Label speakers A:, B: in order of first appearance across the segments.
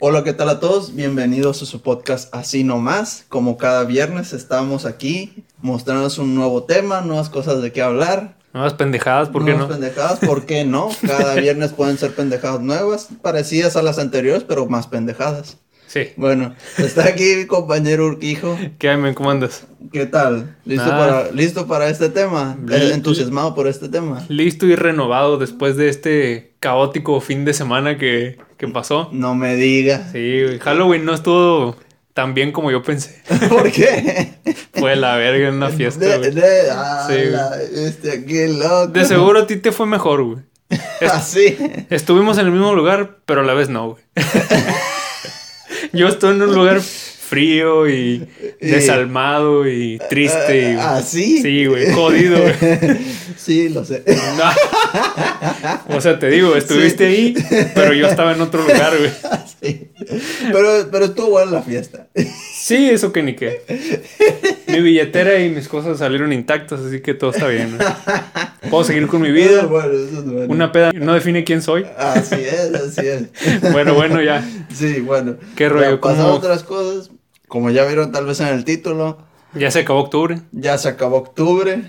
A: Hola, ¿qué tal a todos? Bienvenidos a su podcast Así Nomás. Como cada viernes estamos aquí mostrándonos un nuevo tema, nuevas cosas de qué hablar.
B: Nuevas pendejadas, ¿por qué
A: nuevas
B: no?
A: pendejadas, ¿por qué no? Cada viernes pueden ser pendejadas nuevas, parecidas a las anteriores, pero más pendejadas.
B: Sí.
A: Bueno, está aquí mi compañero Urquijo.
B: ¿Qué hay, men? ¿Cómo andas?
A: ¿Qué tal? ¿Listo,
B: Ah.
A: para, ¿listo para este tema?
B: Li-
A: Eh, ¿Entusiasmado por este tema?
B: Listo y renovado después de este caótico fin de semana que, que pasó.
A: No me digas.
B: Sí, güey. Halloween no estuvo tan bien como yo pensé.
A: ¿Por qué?
B: Fue la verga en una fiesta,
A: De,
B: güey.
A: de- ah,
B: Sí, güey.
A: la- este, qué loco.
B: De seguro a ti te fue mejor, güey.
A: Así.
B: Estuvimos en el mismo lugar, pero a la vez no, güey. Yo estoy en un lugar frío y
A: Y-
B: desalmado y triste. y-
A: Ah, ¿sí?
B: Sí, güey, jodido, güey.
A: Sí, lo sé.
B: No. O sea, te digo, estuviste ahí, pero yo estaba en otro lugar, güey.
A: Sí. Pero, pero estuvo buena la fiesta.
B: Sí, eso que ni qué. Mi billetera y mis cosas salieron intactas, así que todo está bien. ¿no? Puedo seguir con mi vida.
A: Bueno, eso es bueno.
B: Una peda no define quién soy.
A: Así es, así es.
B: Bueno, bueno, ya.
A: Sí, bueno.
B: Qué rollo,
A: Ya pasaron
B: ¿cómo?
A: otras cosas. Como ya vieron tal vez en el título,
B: Ya se acabó octubre.
A: ya se acabó octubre.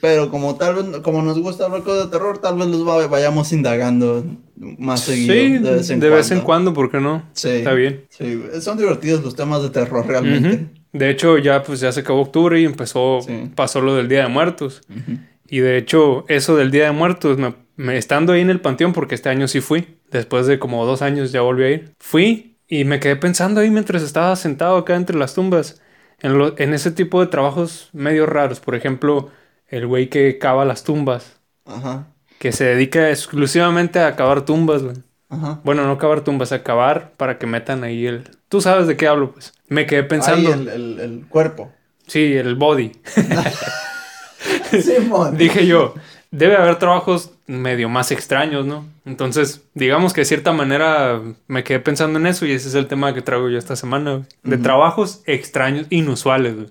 A: Pero como tal vez, como nos gusta hablar cosas de terror, tal vez los va- vayamos indagando más seguido.
B: Sí, de vez en, cuando. ¿por qué no?
A: Sí.
B: Está bien.
A: Sí, son divertidos los temas de terror realmente.
B: Ujú. De hecho, ya pues ya se acabó octubre y empezó,
A: Sí.
B: pasó lo del Día de Muertos. Y de hecho, eso del Día de Muertos, me, me- estando ahí en el panteón, porque este año sí fui, después de como dos años ya volví a ir, fui y me quedé pensando ahí mientras estaba sentado acá entre las tumbas, en, lo- en ese tipo de trabajos medio raros, por ejemplo, el güey que cava las tumbas,
A: Ajá,
B: que se dedica exclusivamente a cavar tumbas, güey.
A: ajá.
B: Bueno, no cavar tumbas, a cavar para que metan ahí el... Tú sabes de qué hablo, pues. Me quedé pensando...
A: Ahí el, el- el cuerpo.
B: Sí, el body.
A: Simón.
B: Dije yo, debe haber trabajos medio más extraños, ¿no? Entonces, digamos que de cierta manera me quedé pensando en eso y ese es el tema que traigo yo esta semana, güey. De trabajos extraños, inusuales, güey.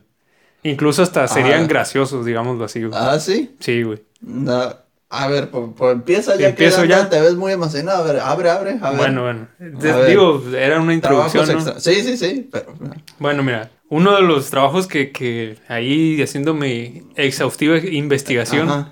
B: Incluso hasta serían
A: Ah.
B: graciosos, digámoslo así, güey.
A: Ah, sí.
B: Sí, güey.
A: No, A ver, pues, pues, empieza ya. que
B: Empiezo
A: ya
B: ya.
A: Te ves muy emocionado. A ver, abre, abre. A ver.
B: Bueno, bueno.
A: A ver.
B: Digo, era una
A: Trabajos
B: introducción, ¿no?
A: extra- Sí, sí, sí. Pero,
B: Bueno, mira, uno de los trabajos que, que ahí haciendo mi exhaustiva investigación,
A: Ajá.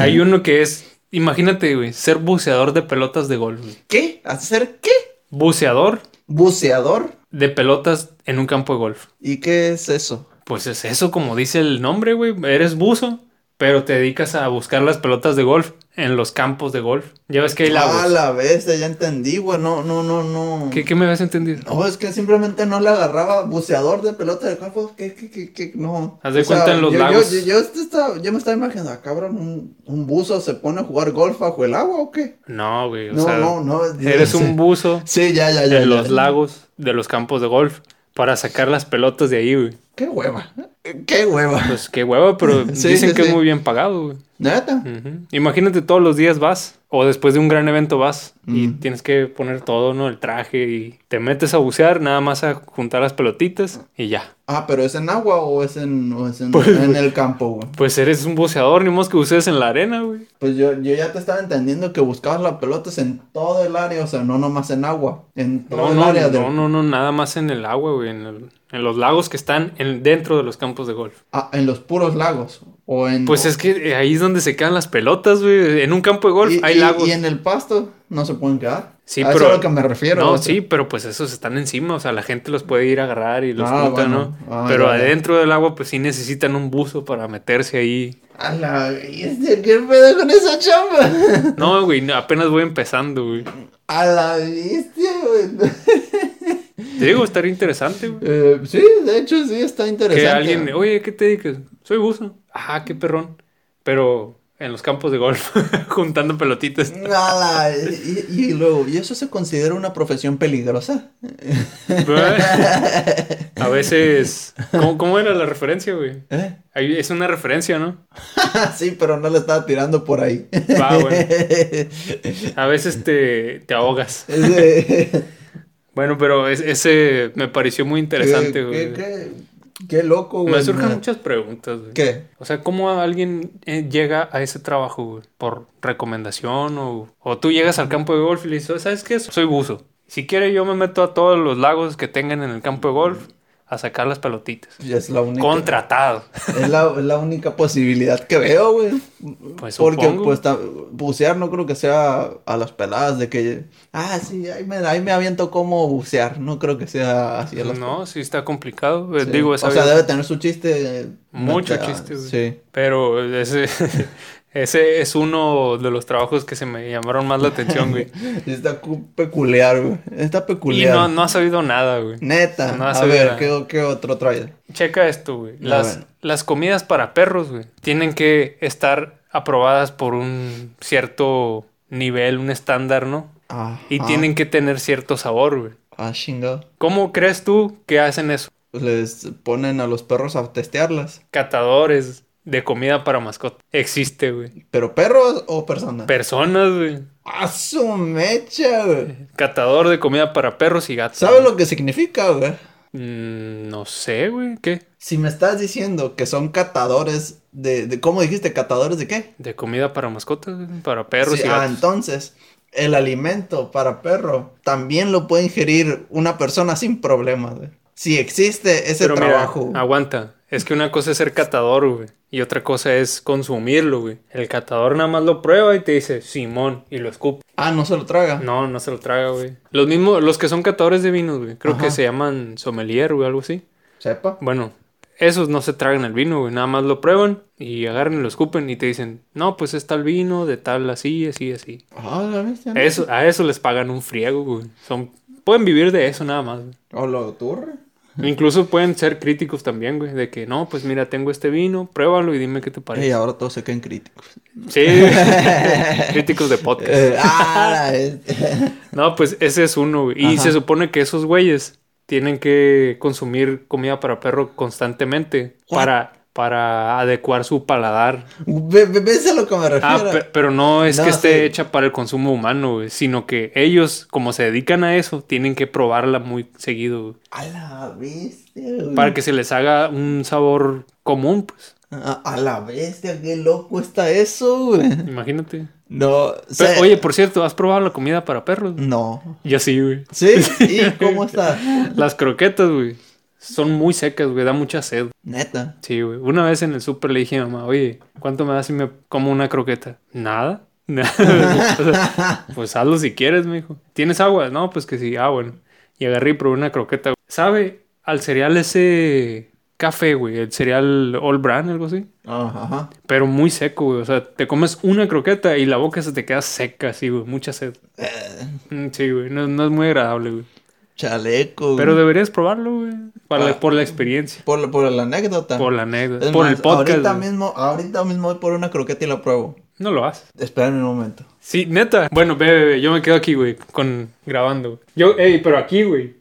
B: hay uno que es, imagínate, güey, ser buceador de pelotas de golf. güey.
A: ¿Qué? ¿Hacer qué?
B: Buceador
A: ¿Buceador?
B: de pelotas en un campo de golf.
A: ¿Y qué es eso?
B: Pues es eso, como dice el nombre, güey. Eres buzo, pero te dedicas a buscar las pelotas de golf en los campos de golf. Ya ves que hay lagos.
A: Ah, la bestia, ya entendí, güey. No, no, no, no.
B: ¿Qué, qué me habías entendido?
A: No, es que simplemente no le agarraba buceador de pelota de campo. ¿Qué, qué, qué, qué? No.
B: Haz de cuenta en los
A: yo,
B: lagos.
A: Yo, yo, yo te estaba- yo me estaba imaginando, ah, cabrón, un, un buzo se pone a jugar golf bajo el agua o qué?
B: No, güey. o
A: No,
B: sea,
A: no, no.
B: Eres
A: sí.
B: un buzo
A: Sí, ya, ya, ya.
B: en
A: ya.
B: los lagos de los campos de golf para sacar las pelotas de ahí, güey.
A: Qué hueva. Qué hueva.
B: Pues qué huevo, pero
A: Sí,
B: dicen
A: sí,
B: que
A: sí.
B: es muy bien pagado, güey.
A: Neta.
B: Ujú. Imagínate todos los días vas o después de un gran evento vas y
A: Mm.
B: tienes que poner todo, ¿no? El traje y te metes a bucear, nada más a juntar las pelotitas y ya.
A: Ah, pero es en agua o es en, o es en, en el campo, güey.
B: Pues eres un buceador, ni más que bucees en la arena, güey.
A: Pues yo, yo ya te estaba entendiendo que buscabas las pelotas en todo el área, o sea, no nomás en agua, en todo
B: No,
A: el
B: no,
A: área.
B: no,
A: del-
B: no, no, nada más en el agua, güey, en, el- en los lagos que están en- dentro de los campos de golf.
A: Ah, en los puros lagos. O en,
B: Pues es que ahí es donde se quedan las pelotas, güey. En un campo de golf
A: y,
B: hay
A: y-
B: lagos.
A: y en el pasto no se pueden quedar.
B: Sí,
A: a
B: pero-
A: eso es a lo que me refiero.
B: No,
A: o sea.
B: sí, pero pues esos están encima, o sea, la gente los puede ir a agarrar y los
A: Ah,
B: junta,
A: bueno.
B: ¿no?
A: Ah,
B: pero
A: ya, ya.
B: adentro del agua, pues sí necesitan un buzo para meterse ahí.
A: A la bestia, ¿qué pedo con esa chamba?
B: No, güey, no, apenas voy empezando, güey.
A: A la bestia, güey.
B: Te digo, estaría interesante, güey.
A: Eh, sí, de hecho sí está interesante.
B: Que alguien, me, oye, ¿qué te dedicas? Soy buzo. Ah, qué perrón. Pero en los campos de golf, juntando pelotitas.
A: Nada, y, y luego, ¿y eso se considera una profesión peligrosa?
B: a veces. ¿Cómo, cómo era la referencia, güey?
A: ¿Eh?
B: Ahí Es una referencia, ¿no?
A: sí, pero no le estaba tirando por ahí.
B: Va, bueno. A veces te, te ahogas.
A: Ese-
B: Bueno, pero es- ese me pareció muy interesante,
A: qué- Qué,
B: güey.
A: qué- qué loco, güey.
B: Me surgen
A: neta.
B: muchas preguntas, güey.
A: ¿Qué?
B: O sea, ¿cómo alguien eh, llega a ese trabajo, güey? ¿Por recomendación? O, o tú llegas al campo de golf y le dices, ¿sabes qué? Soy buzo. Si quiere, yo me meto a todos los lagos que tengan en el campo de golf a sacar las pelotitas.
A: Ya es la única.
B: Contratado.
A: Es la, es la única posibilidad que veo, güey.
B: Pues
A: Porque,
B: supongo.
A: pues, ta- bucear no creo que sea a las peladas de que... Ah, sí, ahí me, ahí me aviento cómo bucear. No creo que sea así a las
B: no, sí está complicado. Eh,
A: Sí.
B: Digo,
A: O
B: esa
A: sea,
B: vida-
A: debe tener su chiste. eh,
B: Mucho
A: meta-
B: chiste, güey.
A: Sí.
B: Pero ese, ese es uno de los trabajos que se me llamaron más la atención, güey.
A: Está cu- peculiar, güey. Está
B: y
A: peculiar.
B: no, no ha sabido nada, güey.
A: Neta.
B: no
A: a
B: hace
A: ver,
B: nada.
A: ¿qué, qué otro trae?
B: Checa esto, güey.
A: A
B: Las,
A: ver.
B: las comidas para perros, güey, tienen que estar aprobadas por un cierto nivel, un estándar, ¿no?
A: Ah,
B: Y tienen que tener cierto sabor, güey.
A: Ah, chingado.
B: ¿Cómo crees tú que hacen eso?
A: Pues les ponen a los perros a testearlas.
B: Catadores de comida para mascota. Existe, güey.
A: ¿Pero perros o personas?
B: Personas, güey.
A: ¡Ah, su mecha, güey!
B: Catador de comida para perros y gatos.
A: ¿Sabes lo que significa, güey?
B: Mm, no sé, güey. ¿Qué?
A: Si me estás diciendo que son catadores de... de- ¿Cómo dijiste? ¿Catadores de qué?
B: De comida para mascotas, güey, para perros
A: Sí,
B: y
A: ah,
B: gatos.
A: entonces, el alimento para perro también lo puede ingerir una persona sin problemas, güey. Si existe ese
B: Pero mira,
A: trabajo.
B: aguanta. Es que una cosa es ser catador, güey. Y otra cosa es consumirlo, güey. El catador nada más lo prueba y te dice, Simón, y lo escupe.
A: ah, no se lo traga.
B: No, no se lo traga, güey. Los mismos, los que son catadores de vinos, güey. Creo que
A: Ajá.
B: se llaman sommelier, güey, algo así.
A: Sepa.
B: Bueno, esos no se tragan el vino, güey. Nada más lo prueban y agarran y lo escupen y te dicen, no, pues es tal vino, de tal así, así, así.
A: Ah, la bestia, ¿no?
B: Eso, a eso les pagan un friego, güey. Son, pueden vivir de eso nada más, güey.
A: O lo turre.
B: Incluso pueden ser críticos también, güey, de que no, pues mira, tengo este vino, pruébalo y dime qué te
A: Y
B: parece.
A: ahora todos se quedan críticos.
B: Sí, críticos de podcast.
A: Eh, ah, la bestia.
B: No, pues ese es uno, güey. Y
A: Ajá.
B: se supone que esos güeyes tienen que consumir comida para perro constantemente
A: ¿Qué?
B: para, para adecuar su paladar.
A: Ve- ve- ¿Ves a lo que me refiero?
B: Ah, pe- pero no es
A: No,
B: que esté
A: sí.
B: hecha para el consumo humano, güey, sino que ellos, como se dedican a eso, tienen que probarla muy seguido, güey,
A: A la bestia, güey.
B: para que se les haga un sabor común, pues.
A: Ah, A, la bestia, qué loco está eso, güey.
B: Imagínate.
A: No, o
B: Pero,
A: sea,
B: oye, por cierto, ¿has probado la comida para perros?
A: Mm. No.
B: Ya sí, güey.
A: ¿Sí? ¿Y cómo está?
B: Las croquetas, güey, son muy secas, güey, da mucha sed.
A: Neta.
B: Sí, güey. Una vez en el súper le dije a mamá, oye, ¿cuánto me das si me como una croqueta? Nada. pues hazlo si quieres, me dijo. ¿Tienes agua? No, pues que sí. Ah, bueno. Y agarré y probé una croqueta. güey. ¿Sabe al cereal ese café, güey? El cereal All Brand, algo así.
A: Ajá, ajá.
B: Pero muy seco, güey. O sea, te comes una croqueta y la boca se te queda seca, así, güey. Mucha sed.
A: Eh,
B: Mm, Sí, güey. No, no es muy agradable, güey.
A: Chaleco. güey.
B: Pero deberías probarlo, güey. Para la-
A: Ah.
B: por la experiencia.
A: Por, la- por la anécdota.
B: Por la anécdota.
A: Es
B: Por
A: más,
B: el podcast.
A: Ahorita
B: güey.
A: mismo, ahorita mismo voy por una croqueta y la pruebo.
B: No lo haces.
A: Espérame un momento.
B: Sí, neta. Bueno, ve, ve, ve, yo me quedo aquí, güey, con grabando. güey. Yo, ey, pero aquí, güey.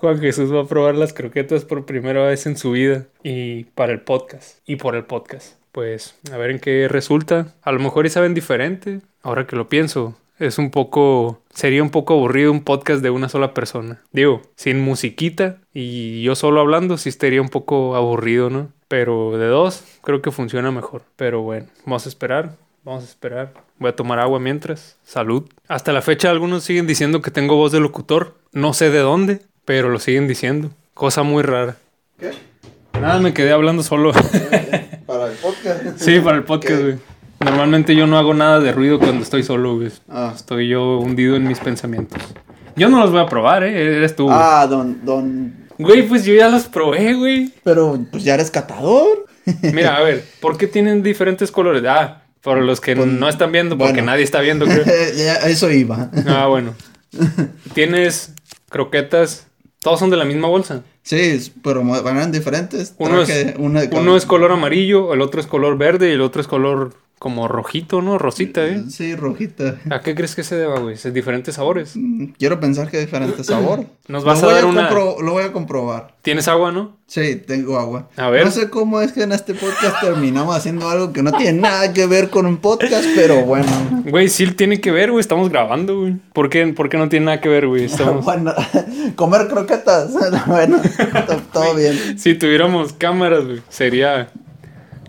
B: Juan Jesús va a probar las croquetas por primera vez en su vida y para el podcast y por el podcast. Pues a ver en qué resulta. A lo mejor y saben diferente. Ahora que lo pienso, es un poco sería un poco aburrido un podcast de una sola persona. Digo, sin musiquita y yo solo hablando sí estaría un poco aburrido, ¿no? Pero de dos creo que funciona mejor. Pero bueno, vamos a esperar. Vamos a esperar. Voy a tomar agua mientras. Salud. Hasta la fecha algunos siguen diciendo que tengo voz de locutor. No sé de dónde, pero lo siguen diciendo. Cosa muy rara.
A: ¿Qué?
B: Nada, me quedé hablando solo.
A: Para el podcast.
B: sí, para el podcast, güey. Normalmente yo no hago nada de ruido cuando estoy solo, güey.
A: Ah.
B: Estoy yo hundido en mis pensamientos. Yo no los voy a probar, ¿eh? Eres tú, güey.
A: Ah, don, don.
B: Güey, pues yo ya los probé, güey.
A: Pero pues ya eres catador.
B: Mira, a ver, ¿por qué tienen diferentes colores? Ah, para los que no están viendo, porque
A: Pues, bueno.
B: nadie está viendo, creo.
A: Ya, Eso iba.
B: Ah, bueno. Tienes croquetas. Todos son de la misma bolsa.
A: Sí, pero mo- van en diferentes.
B: Uno es,
A: Traje una de cada-
B: uno es color amarillo, el otro es color verde y el otro es color como rojito, ¿no? Rosita, ¿eh?
A: Sí, rojita.
B: ¿A qué crees que se deba, güey? Es diferentes sabores.
A: Mm, Quiero pensar que diferente sabor.
B: Nos vas
A: Lo
B: a
A: voy
B: dar una-
A: compro- Lo voy a comprobar.
B: ¿Tienes agua, no?
A: Sí, tengo agua.
B: A ver.
A: No sé cómo es que en este podcast terminamos haciendo algo que no tiene nada que ver con un podcast, pero bueno.
B: Güey, sí tiene que ver, güey. Estamos grabando, güey. ¿Por qué, por qué no tiene nada que ver, güey? Estamos...
A: Bueno, comer croquetas. bueno, to- todo bien.
B: Si tuviéramos cámaras, güey, sería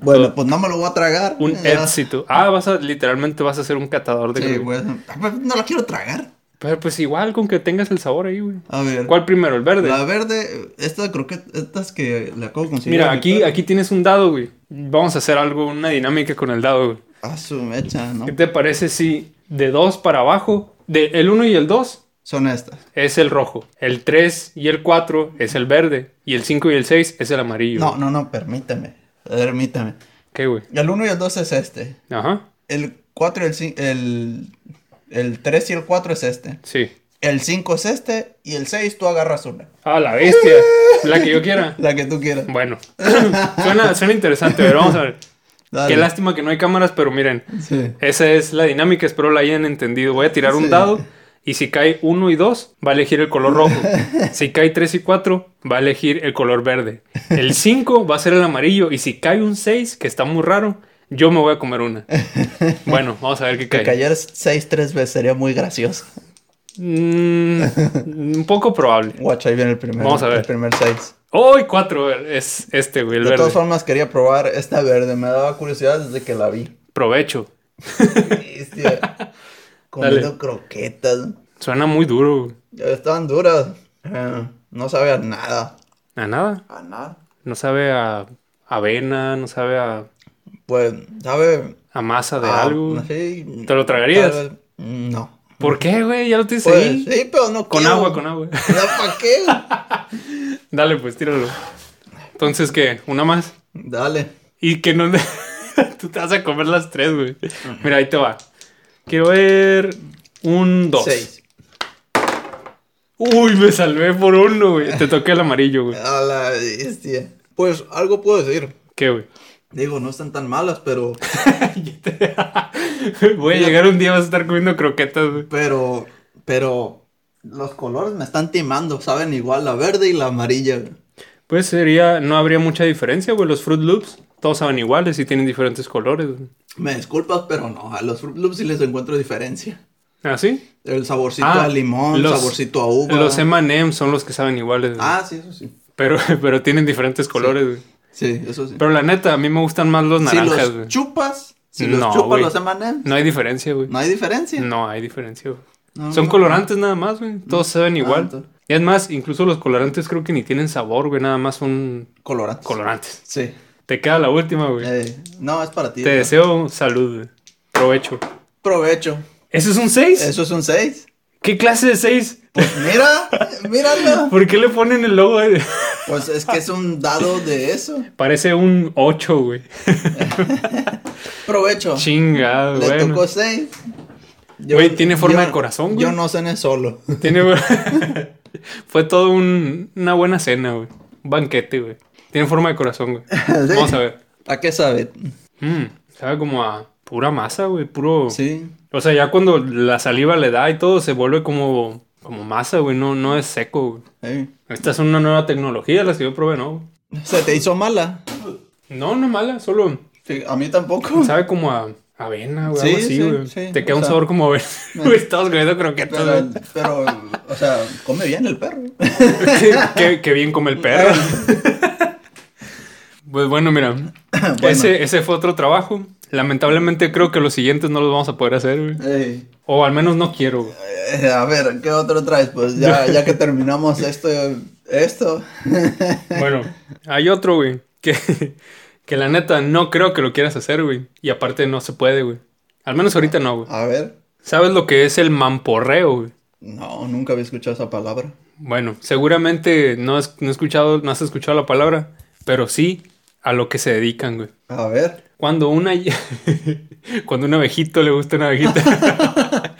A: Bueno, pues no me lo voy a tragar.
B: Un
A: Ya.
B: éxito. Ah, vas a, literalmente vas a ser un catador de
A: Sí,
B: granola.
A: güey. pues, No la quiero tragar.
B: Pero pues igual con que tengas el sabor ahí, güey.
A: A ver.
B: ¿Cuál primero? ¿El verde?
A: La verde, esta croqueta, estas que la acabo de conseguir.
B: Mira,
A: a mi
B: aquí,
A: perro.
B: aquí tienes un dado, güey. Vamos a hacer algo, una dinámica con el dado, güey.
A: A Ah, su mecha, ¿no?
B: ¿Qué te parece si de 2 para abajo, de el 1 y el 2
A: Son estas.
B: es el rojo, el 3 y el 4 es el verde y el 5 y el 6 es el amarillo?
A: No, no, no, permítame. Permítame.
B: ¿Qué, güey?
A: El 1 y el 2 es este.
B: Ajá.
A: El 4 y el 5. El, el 3 y el 4 es este.
B: Sí.
A: El 5 es este. Y el 6 tú agarras una.
B: Ah, la bestia. la que yo quiera.
A: La que tú quieras.
B: Bueno. suena, suena interesante, pero vamos a ver.
A: Dale.
B: Qué lástima que no hay cámaras, pero miren,
A: Sí.
B: esa es la dinámica, espero la hayan entendido. Voy a tirar un
A: Sí.
B: dado y si cae 1 y 2 va a elegir el color rojo. Si cae 3 y 4 va a elegir el color verde. El 5 va a ser el amarillo y si cae un 6, que está muy raro, yo me voy a comer una. Bueno, vamos a ver qué
A: Que
B: cae.
A: cayeras 6 tres veces sería muy gracioso.
B: Mm, un poco probable.
A: Watch, ahí viene el primer.
B: Vamos a ver.
A: El primer 6.
B: ¡Hoy 4! Es este, güey, el
A: De todas
B: verde.
A: formas, quería probar esta verde. Me daba curiosidad desde que la vi.
B: Provecho.
A: Bestia. Comiendo croquetas.
B: Suena muy duro. güey.
A: Estaban duras. Eh, no sabe a nada.
B: A nada.
A: A nada.
B: No sabe a avena, no sabe a,
A: Pues, ¿sabe?
B: a masa de
A: a-
B: algo.
A: sí,
B: ¿Te lo tragarías?
A: tal vez- No.
B: ¿Por qué, güey? Ya lo tienes
A: Pues,
B: ahí.
A: sí, pero no
B: Con
A: quiero.
B: agua, con agua.
A: ¿No, ¿Para qué?
B: Dale, pues, tíralo. Entonces, ¿qué? ¿Una más?
A: Dale.
B: Y que no... Tú te vas a comer las tres, güey. Mira, ahí te va. Quiero ver un dos.
A: Seis.
B: Uy, me salvé por uno, güey. Te toqué el amarillo, güey.
A: A la bestia. Pues, algo puedo decir.
B: ¿Qué, güey?
A: Digo, no están tan malas, pero...
B: Voy a llegar un día vas a estar comiendo croquetas, güey.
A: Pero... Pero... Los colores me están timando. Saben igual la verde y la amarilla. güey.
B: Pues sería... No habría mucha diferencia, güey. Los Fruit Loops todos saben iguales y tienen diferentes colores. güey.
A: Me disculpas, pero no. A los Fruit Loops sí les encuentro diferencia.
B: ¿Ah, sí?
A: El saborcito
B: Ah,
A: a limón,
B: los-
A: saborcito a uva.
B: Los M&M son los que saben iguales, güey.
A: Ah, sí, eso sí.
B: Pero, pero tienen diferentes colores, güey.
A: Sí, eso sí.
B: Pero la neta, a mí me gustan más los
A: si
B: naranjas,
A: los
B: güey.
A: chupas, si los
B: No,
A: chupas
B: güey.
A: los M&M's,
B: No hay diferencia, güey.
A: no hay diferencia.
B: No hay diferencia, güey.
A: No, Ah,
B: Son
A: no.
B: colorantes nada más, güey. Todos se ven igual.
A: tanto.
B: Y es más, incluso los colorantes creo que ni tienen sabor, güey. Nada más son
A: Colorantes.
B: colorantes.
A: Sí.
B: Te queda la última, güey.
A: Eh, no, es para ti.
B: Te
A: ¿no?
B: deseo salud, güey. Provecho.
A: Provecho.
B: ¿Eso es un 6?
A: Eso es un 6.
B: ¿Qué clase de 6?
A: Pues mira, míralo.
B: ¿Por qué le ponen el logo? de-
A: Pues es que es un dado de eso.
B: Parece un 8, güey.
A: Provecho.
B: Chingado,
A: Le
B: bueno.
A: tocó 6.
B: Güey, tiene forma de corazón, güey.
A: Yo no cené solo.
B: Tiene... Fue todo un- una buena cena, güey. Un banquete, güey. Tiene forma de corazón, güey.
A: Sí.
B: Vamos a ver.
A: ¿A qué sabe?
B: Mm, sabe como a pura masa, güey. Puro...
A: Sí.
B: O sea, ya cuando la saliva le da y todo, se vuelve como, como masa, güey. No, no es seco, güey.
A: sí.
B: Esta es una nueva tecnología, la que yo probé, ¿no?
A: ¿Se te hizo mala?
B: No, no es mala. Solo
A: Sí, a mí tampoco.
B: sabe como a avena, güey.
A: Mm. Sí,
B: algo así,
A: sí,
B: güey.
A: sí,
B: Te queda
A: o
B: un
A: sea.
B: sabor como avena. Güey, estamos comiendo croquetas,
A: Pero,
B: güey.
A: pero, o sea, come bien el perro.
B: qué, qué bien come el perro. pues bueno, mira.
A: Bueno.
B: Ese, ese fue otro trabajo. Lamentablemente creo que los siguientes no los vamos a poder hacer, güey.
A: Ey,
B: O al menos no quiero, güey.
A: eh, a ver, ¿qué otro traes? Pues ya, ya que terminamos esto, esto.
B: Bueno, hay otro, güey. Que, que la neta no creo que lo quieras hacer, güey. Y aparte no se puede, güey. Al menos ahorita no, güey.
A: A ver.
B: ¿Sabes lo que es el mamporreo, güey?
A: No, nunca había escuchado esa palabra.
B: Bueno, seguramente no has, no, he escuchado, no has escuchado la palabra, pero sí a lo que se dedican, güey.
A: A ver.
B: Cuando una ye- cuando un abejito le gusta una abejita.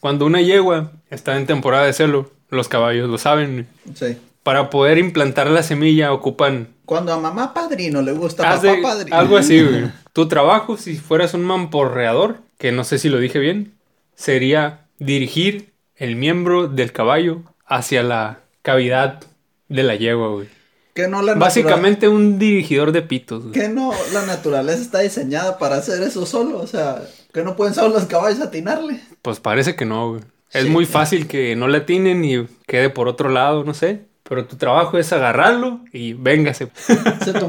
B: cuando una yegua está en temporada de celo, los caballos lo saben. güey.
A: Sí.
B: Para poder implantar la semilla ocupan
A: Cuando a mamá padrino le gusta
B: haz
A: papá
B: de-
A: padrino.
B: algo así, güey. Tu trabajo si fueras un mamporreador, que no sé si lo dije bien, sería dirigir el miembro del caballo hacia la cavidad de la yegua, güey.
A: Que no la natura-
B: Básicamente un dirigidor de pitos, güey.
A: Que no, la naturaleza está diseñada para hacer eso solo. O sea, que no pueden solo los caballos atinarle.
B: Pues parece que no, güey. Es
A: Sí.
B: muy fácil que no le atinen y quede por otro lado, no sé. Pero tu trabajo es agarrarlo y véngase.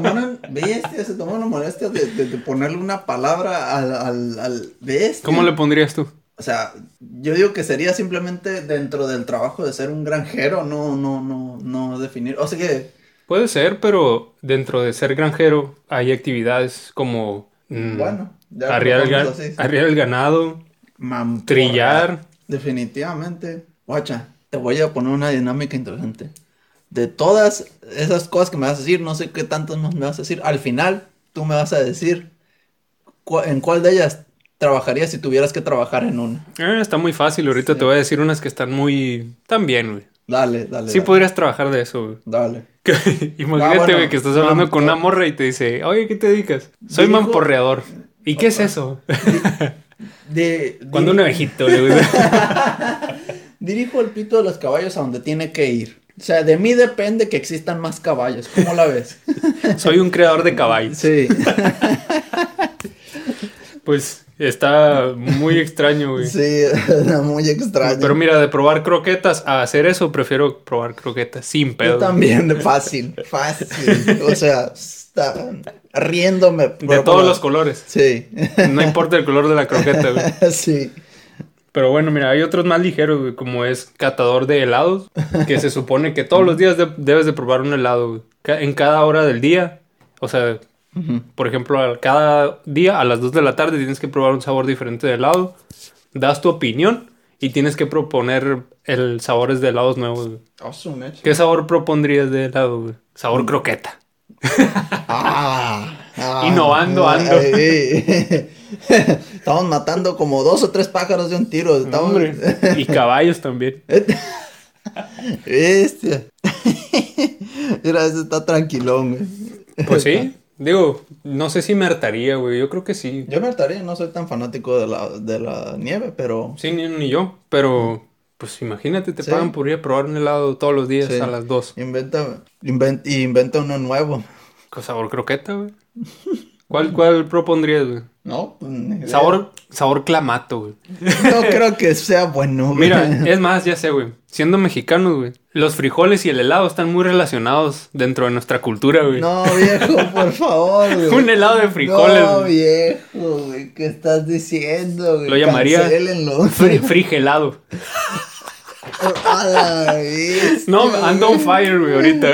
A: Se tomaron bestias, se tomaron la molestia de, de- de ponerle una palabra al, al, al bestia.
B: ¿Cómo le pondrías tú?
A: O sea, yo digo que sería simplemente dentro del trabajo de ser un granjero, no, no, no, no definir. O sea que,
B: Puede ser, pero dentro de ser granjero hay actividades como mm,
A: bueno, ya
B: arriar, el
A: lo
B: gan-
A: vamos así.
B: arriar el ganado,
A: Mamporra.
B: trillar.
A: Definitivamente. Guacha, te voy a poner una dinámica interesante. De todas esas cosas que me vas a decir, no sé qué tantas más me vas a decir. Al final, tú me vas a decir cu- en cuál de ellas trabajarías si tuvieras que trabajar en una.
B: Eh, está muy fácil, ahorita te voy a decir unas que están muy... Tan bien, güey.
A: Dale, dale.
B: Sí pues.
A: dale,
B: podrías trabajar de eso, güey.
A: Dale.
B: Que- Imagínate,
A: Ah, bueno,
B: güey, que estás hablando
A: mam-
B: con una morra y te dice, oye, ¿qué te dedicas? Soy
A: Dijo-
B: mamporreador. ¿Y qué es eso?
A: De,
B: Cuando
A: diri-
B: un abejito, güey.
A: Dirijo el pito de los caballos a donde tiene que ir. O sea, de mí depende que existan más caballos. ¿Cómo la ves?
B: Soy un creador de caballos.
A: Sí.
B: Pues está muy extraño, güey.
A: Sí, muy extraño.
B: Pero mira, de probar croquetas a hacer eso, prefiero probar croquetas sin
A: Yo
B: pedo.
A: también, fácil, fácil. O sea, está riéndome.
B: De todos los colores.
A: Sí,
B: No importa el color de la croqueta, güey.
A: sí.
B: Pero bueno, mira, hay otros más ligeros, güey, como es catador de helados, que se supone que todos los días de- debes de probar un helado, güey. Ca- En cada hora del día. O sea, Por ejemplo, al- cada día a las 2 de la tarde tienes que probar un sabor diferente de helado, das tu opinión y tienes que proponer el sabores de helados nuevos. güey.
A: Oh,
B: ¿Qué sabor propondrías de helado? güey? Sabor croqueta.
A: Ah, ah,
B: Innovando ando.
A: ay, ay. Estamos matando como dos o tres pájaros de un tiro. Estamos...
B: Hombre. Y caballos también.
A: Bestia. Este. Mira, ese está tranquilón, güey.
B: Pues sí, digo, no sé si me hartaría, güey. Yo creo que sí.
A: Yo me hartaré, no soy tan fanático de la, de la nieve, pero
B: Sí, ni, ni yo. Pero, pues imagínate, te
A: Sí.
B: pagan por ir a probar un helado todos los días
A: Sí.
B: a las 2.
A: inventa, invent- inventa uno nuevo.
B: Con sabor croqueta, güey. ¿Cuál, cuál propondrías, güey?
A: No, pues, ni idea.
B: Sabor, sabor clamato, güey.
A: No creo que sea bueno. güey.
B: Mira, es más, ya sé, güey. Siendo mexicanos, güey. Los frijoles y el helado están muy relacionados dentro de nuestra cultura, güey.
A: No, viejo, por favor, güey.
B: Un helado de frijoles,
A: No,
B: güey.
A: viejo, güey. ¿Qué estás diciendo, güey?
B: Lo llamaría-
A: Cancélenlo.
B: Fri- frigelado.
A: A la vez.
B: No, ando on fire, güey, ahorita.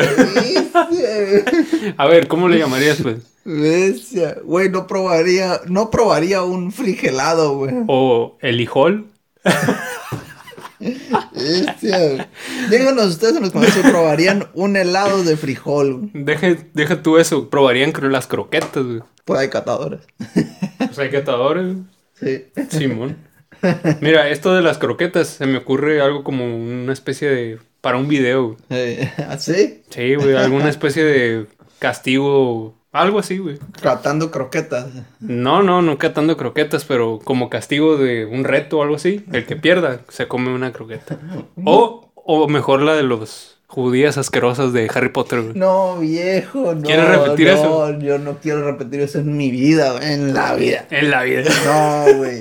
B: A ver, ¿cómo le llamarías, güey?
A: Bestia. Güey, no probaría, no probaría un frigelado, güey.
B: O el hijol.
A: Bestia. güey. Díganos ustedes en los comentarios si probarían un helado de frijol, güey.
B: Deja, deja tú eso. Probarían cro- las croquetas, güey.
A: Pues hay catadores.
B: Pues hay catadores, güey.
A: Sí.
B: Simón. Mira, esto de las croquetas se me ocurre algo como una especie de. para un video. güey.
A: Eh, ¿Así?
B: Sí, güey. Alguna especie de castigo. Algo así, güey.
A: Tratando croquetas.
B: No, no, no catando croquetas, pero como castigo de un reto o algo así, el que pierda se come una croqueta. O, o mejor la de los judías asquerosas de Harry Potter. güey.
A: No, viejo, no.
B: ¿Quieres repetir
A: no,
B: eso?
A: yo no quiero repetir eso en mi vida, güey, en la vida.
B: En la vida.
A: No, güey.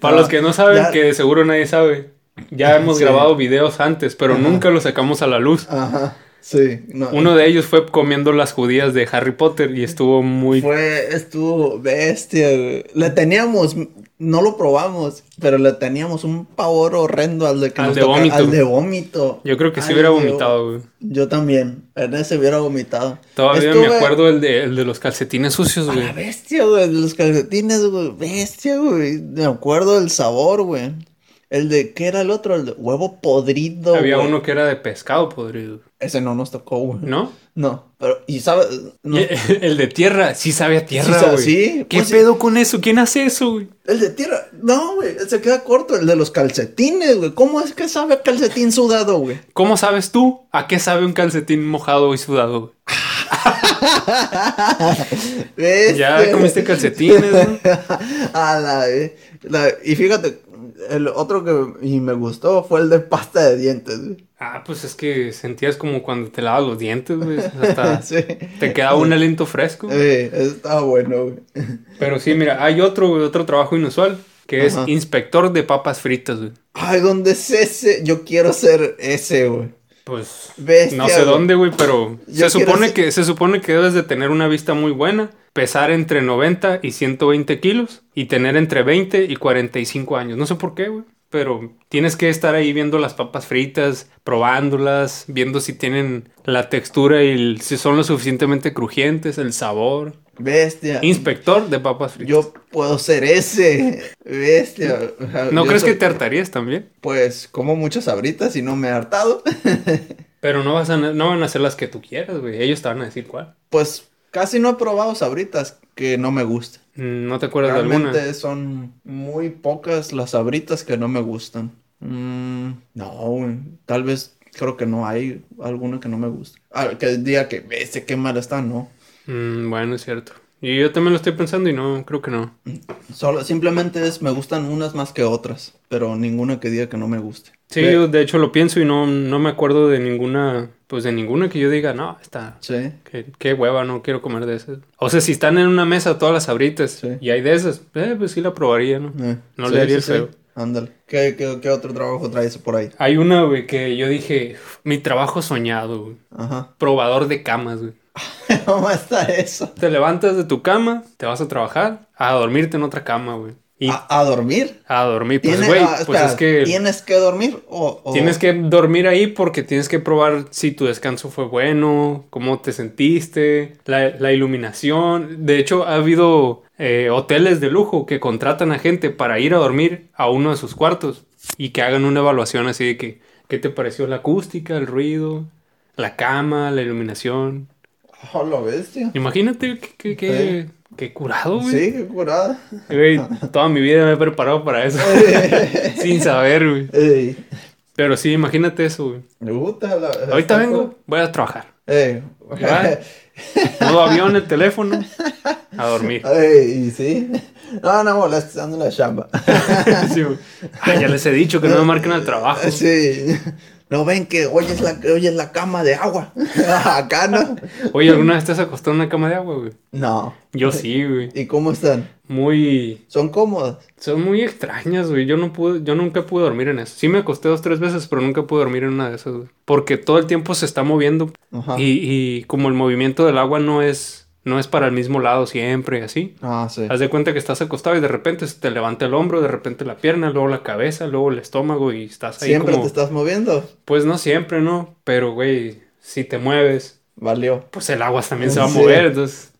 B: Para
A: No,
B: los que no saben,
A: ya-
B: que de seguro nadie sabe, ya hemos
A: Sí.
B: grabado videos antes, pero nunca los sacamos a la luz.
A: Ajá. Sí, no.
B: Uno de ellos fue comiendo las judías de Harry Potter y estuvo muy...
A: Fue, estuvo bestia, güey. Le teníamos, no lo probamos, pero le teníamos un pavor horrendo al de que
B: Al
A: nos
B: de
A: toca-
B: vómito.
A: Al de vómito.
B: Yo creo que sí
A: Al
B: hubiera
A: de-
B: vomitado, güey.
A: Yo también. En ese hubiera vomitado.
B: Todavía me
A: Estuve- Ah,
B: acuerdo el de, el de los calcetines sucios,
A: A
B: güey.
A: la bestia, güey, de los calcetines, güey, bestia, güey. Me acuerdo del sabor, güey. El de, ¿qué era el otro? El de huevo podrido.
B: Había
A: güey.
B: uno que era de pescado podrido,
A: Ese no nos tocó, güey.
B: ¿no?
A: No, pero, y sabes, no,
B: Y- El de tierra, sí sabe a
A: Sí
B: tierra,
A: sabe-
B: güey.
A: sí,
B: ¿Qué
A: pues sí.
B: pedo con eso? ¿Quién hace eso, güey?
A: el de tierra, no, güey, se queda corto, el de los calcetines, güey. ¿Cómo es que sabe a calcetín sudado, güey?
B: ¿Cómo sabes tú a qué sabe un calcetín mojado y sudado? güey? Ya
A: Bestia.
B: comiste calcetines, güey.
A: A la, ve- la- y fíjate, el otro que y me gustó fue el de pasta de dientes, güey.
B: Ah, pues es que sentías como cuando te lavas los dientes, güey. Hasta
A: Sí.
B: Ah, te quedaba un aliento fresco.
A: Eh, está bueno, güey.
B: Pero sí, mira, hay otro, güey, otro trabajo inusual que es
A: Ajá.
B: inspector de papas fritas, güey.
A: Ay, ¿dónde es ese? Yo quiero ser ese, güey.
B: Pues
A: Bestia,
B: no sé
A: güey.
B: dónde, güey, pero
A: Yo
B: se
A: quiero
B: supone
A: ser-
B: que se supone que debes de tener una vista muy buena, pesar entre 90 y 120 kilos y tener entre 20 y 45 años. No sé por qué, güey, pero tienes que estar ahí viendo las papas fritas, probándolas, viendo si tienen la textura y el- si son lo suficientemente crujientes, el sabor.
A: Bestia.
B: Inspector de papas fritas.
A: Yo puedo ser ese. Bestia. O sea,
B: ¿No
A: yo
B: crees
A: soy-
B: que te hartarías también?
A: Pues como muchas sabritas y no me he hartado.
B: Pero no vas a no van a ser las que tú quieras, güey. Ellos te van a decir cuál.
A: pues casi no he probado sabritas que no me gustan.
B: Mm, ¿No te acuerdas de alguna?
A: Realmente son muy pocas las sabritas que no me gustan. Mm, no, güey, tal vez creo que no hay alguna que no me guste. Ah, que diga que bestia, qué mal está, no.
B: Mm, bueno, es cierto. Y yo también lo estoy pensando y no, creo que no.
A: Solo, simplemente es me gustan unas más que otras, pero ninguna que diga que no me guste.
B: Sí,
A: Ve-
B: yo de hecho lo pienso y no, no me acuerdo de ninguna, pues de ninguna que yo diga, no, está,
A: Sí. Eh.
B: qué, qué hueva, no quiero comer de esas. O sea, si están en una mesa todas las abritas
A: Sí.
B: y hay de esas, eh, pues sí la probaría, ¿no?
A: Eh,
B: No le haría el feo.
A: Ándale. ¿Qué, qué, qué otro trabajo traes por ahí?
B: Hay una, güey, que yo dije, mi trabajo soñado, güey.
A: Ajá.
B: Probador de camas, güey.
A: ¿Cómo está eso?
B: Te levantas de tu cama, te vas a trabajar, a dormirte en otra cama, güey. Y
A: ¿A, a dormir?
B: a dormir, pues,
A: Ah, Tiene-
B: güey,
A: ah,
B: pues
A: espera,
B: es que...
A: ¿Tienes que dormir o...? o-
B: Tienes que dormir ahí porque tienes que probar si tu descanso fue bueno, cómo te sentiste, la, la iluminación. De hecho, ha habido eh, hoteles de lujo que contratan a gente para ir a dormir a uno de sus cuartos y que hagan una evaluación así de que, ¿qué te pareció la acústica, el ruido, la cama, la iluminación?
A: Oh, la bestia.
B: Imagínate qué, qué, qué- qué curado, güey.
A: Sí, qué curada.
B: Güey, Toda mi vida me he preparado para eso. Sin saber, güey.
A: Ey,
B: Pero sí, imagínate eso, güey.
A: me gusta la...
B: Ahorita
A: está
B: vengo, voy a trabajar.
A: cool. Ey.
B: ¿Verdad? Modo avión, el teléfono, a dormir.
A: Ey, ¿y sí? No, no molestes, ando en la chamba.
B: Sí, güey. Ah, ya les he dicho que no me marquen al trabajo.
A: Eh, Sí. ¿No ven que hoy es la, hoy es la cama de agua? Acá no.
B: Oye, ¿alguna vez te has acostado en una cama de agua, güey?
A: No.
B: Yo sí, güey.
A: ¿Y cómo están?
B: Muy...
A: ¿Son cómodas?
B: Son muy extrañas, güey. Yo no pude, yo nunca pude dormir en eso. Sí me acosté dos, tres veces, pero nunca pude dormir en una de esas, güey. Porque todo el tiempo se está moviendo.
A: Ajá.
B: Y, y como el movimiento del agua no es, no es para el mismo lado siempre y así.
A: Ah, sí.
B: Haz de cuenta que estás acostado y de repente se te levanta el hombro, de repente la pierna, luego la cabeza, luego el estómago y estás ahí
A: Siempre
B: como...
A: te estás moviendo.
B: Pues no siempre, ¿no? Pero, güey, si te mueves,
A: Valió.
B: pues el agua también se va a
A: Sí.
B: mover. Entonces,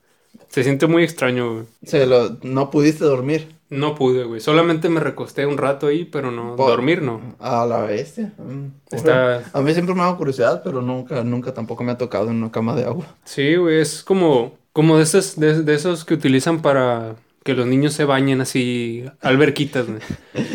B: se siente muy extraño, güey.
A: Se lo, no pudiste dormir.
B: No pude, güey. Solamente me recosté un rato ahí, pero no...
A: Por-
B: Dormir no.
A: A la bestia. Mm.
B: Está-
A: A mí siempre me ha dado curiosidad, pero nunca, nunca tampoco me ha tocado en una cama de agua.
B: Sí, güey, es como... Como de esos, de, de esos que utilizan para que los niños se bañen así, alberquitas, güey.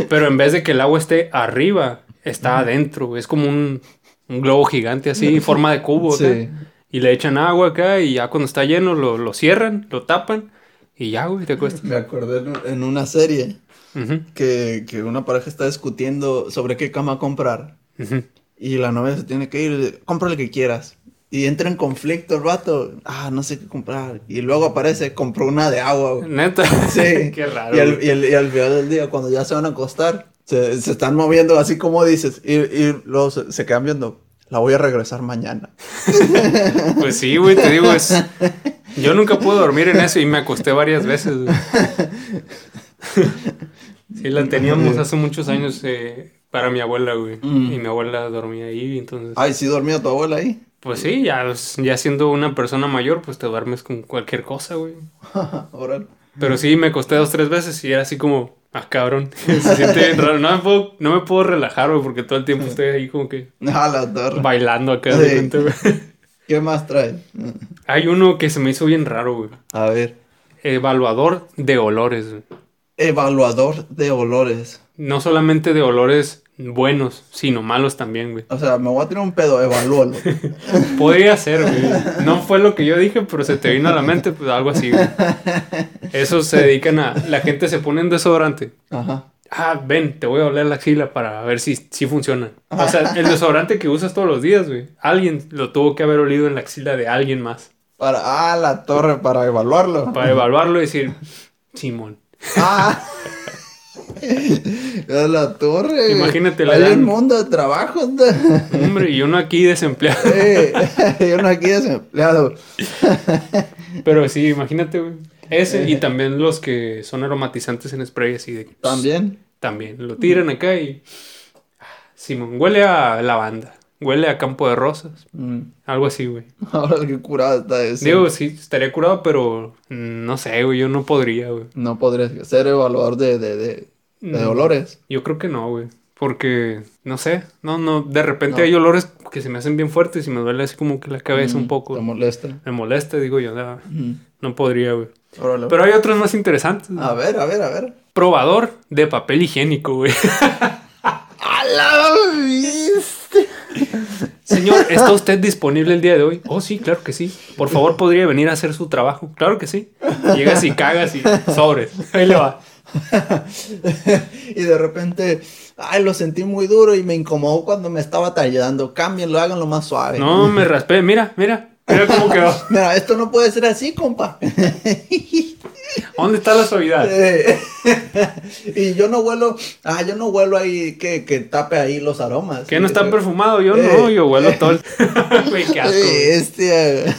B: Pero en vez de que el agua esté arriba, está adentro, güey. Es como un, un globo gigante así, en forma de cubo, acá.
A: Sí.
B: Y le echan agua acá y ya cuando está lleno lo, lo cierran, lo tapan y ya, güey, te acuestas.
A: Me acordé en- en una serie
B: Ujú,
A: que, que una pareja está discutiendo sobre qué cama comprar.
B: ujú.
A: Y la novia se tiene que ir, compra lo que quieras. Y entra en conflicto el vato. Ah, no sé qué comprar. Y luego aparece, compró una de agua. güey.
B: Neta.
A: Sí.
B: Qué raro.
A: Y al,
B: güey.
A: y al- y al final del día, cuando ya se van a acostar, se, se están moviendo así como dices. Y, y luego se, se quedan viendo. La voy a regresar mañana.
B: Pues sí, güey, te digo, es... Yo nunca pude dormir en eso y me acosté varias veces, güey. Sí, la teníamos hace muchos años eh, para mi abuela, güey.
A: Mm.
B: Y mi abuela dormía ahí, entonces...
A: Ay, sí dormía tu abuela ahí.
B: Pues sí, ya, ya siendo una persona mayor, pues te duermes con cualquier cosa, güey.
A: Órale.
B: Pero sí, me acosté dos, tres veces y era así como, ah, cabrón. Se siente bien raro. No me puedo, no me puedo relajar, güey, porque todo el tiempo estoy ahí como que
A: A la torre.
B: bailando acá.
A: Sí.
B: de repente, güey.
A: ¿Qué más trae?
B: Hay uno que se me hizo bien raro, güey.
A: A ver.
B: Evaluador de olores, güey.
A: Evaluador de olores.
B: No solamente de olores buenos, sino malos también, güey.
A: O sea, me voy a tirar un pedo, evalúalo.
B: Podría ser, güey. No fue lo que yo dije, pero se te vino a la mente, pues algo así, güey. Esos se dedican a. La gente se pone en desodorante.
A: Ajá.
B: Ah, ven, te voy a oler la axila para ver si, si funciona. O sea, el desodorante que usas todos los días, güey. Alguien lo tuvo que haber olido en la axila de alguien más.
A: Para, a la torre, para evaluarlo.
B: Para evaluarlo y decir, Simón.
A: Ah. A la torre.
B: Imagínate, le
A: la Hay
B: dan-
A: un mundo de trabajo. anda.
B: Hombre, y uno aquí desempleado.
A: Eh, yo no aquí desempleado.
B: Pero sí, imagínate, güey. Ese
A: Eh.
B: y también los que son aromatizantes en spray así de...
A: También.
B: También. Lo tiran acá y... Simón, huele a lavanda. Huele a campo de rosas.
A: Mm.
B: Algo así, güey.
A: Ahora que curado está eso.
B: Digo, sí, estaría curado, pero mm, no sé, güey. Yo no podría, güey.
A: No podría ser evaluador de, de, de, de
B: No.
A: olores.
B: Yo creo que no, güey. Porque, no sé, no, no, de repente
A: No.
B: hay olores que se me hacen bien fuertes y me duele así como que la cabeza un
A: Mm,
B: poco.
A: Te molesta.
B: Me molesta, digo yo, no,
A: Mm. Ah.
B: no podría, güey.
A: Órale.
B: Pero hay otros más interesantes.
A: A ver, a ver, a ver.
B: Probador de papel higiénico, güey.
A: ¡A la viste!
B: Señor, ¿está usted disponible el día de hoy? Oh, sí, claro que sí. Por favor, podría venir a hacer su trabajo. Claro que sí. Llegas y cagas y sobres. Ahí le va.
A: y de repente, ay, lo sentí muy duro y me incomodó cuando me estaba tallando. Cámbienlo, háganlo más suave.
B: No, me raspé. Mira, mira. Mira cómo quedó.
A: Mira, esto no puede ser así, compa.
B: ¿Dónde está la suavidad?
A: Eh, y yo no huelo, ah, yo no huelo ahí que, que tape ahí los aromas.
B: ¿Qué no está
A: Eh,
B: perfumado? Yo no,
A: Eh.
B: yo huelo todo. el- Güey, qué asco. güey.
A: eh, este, eh,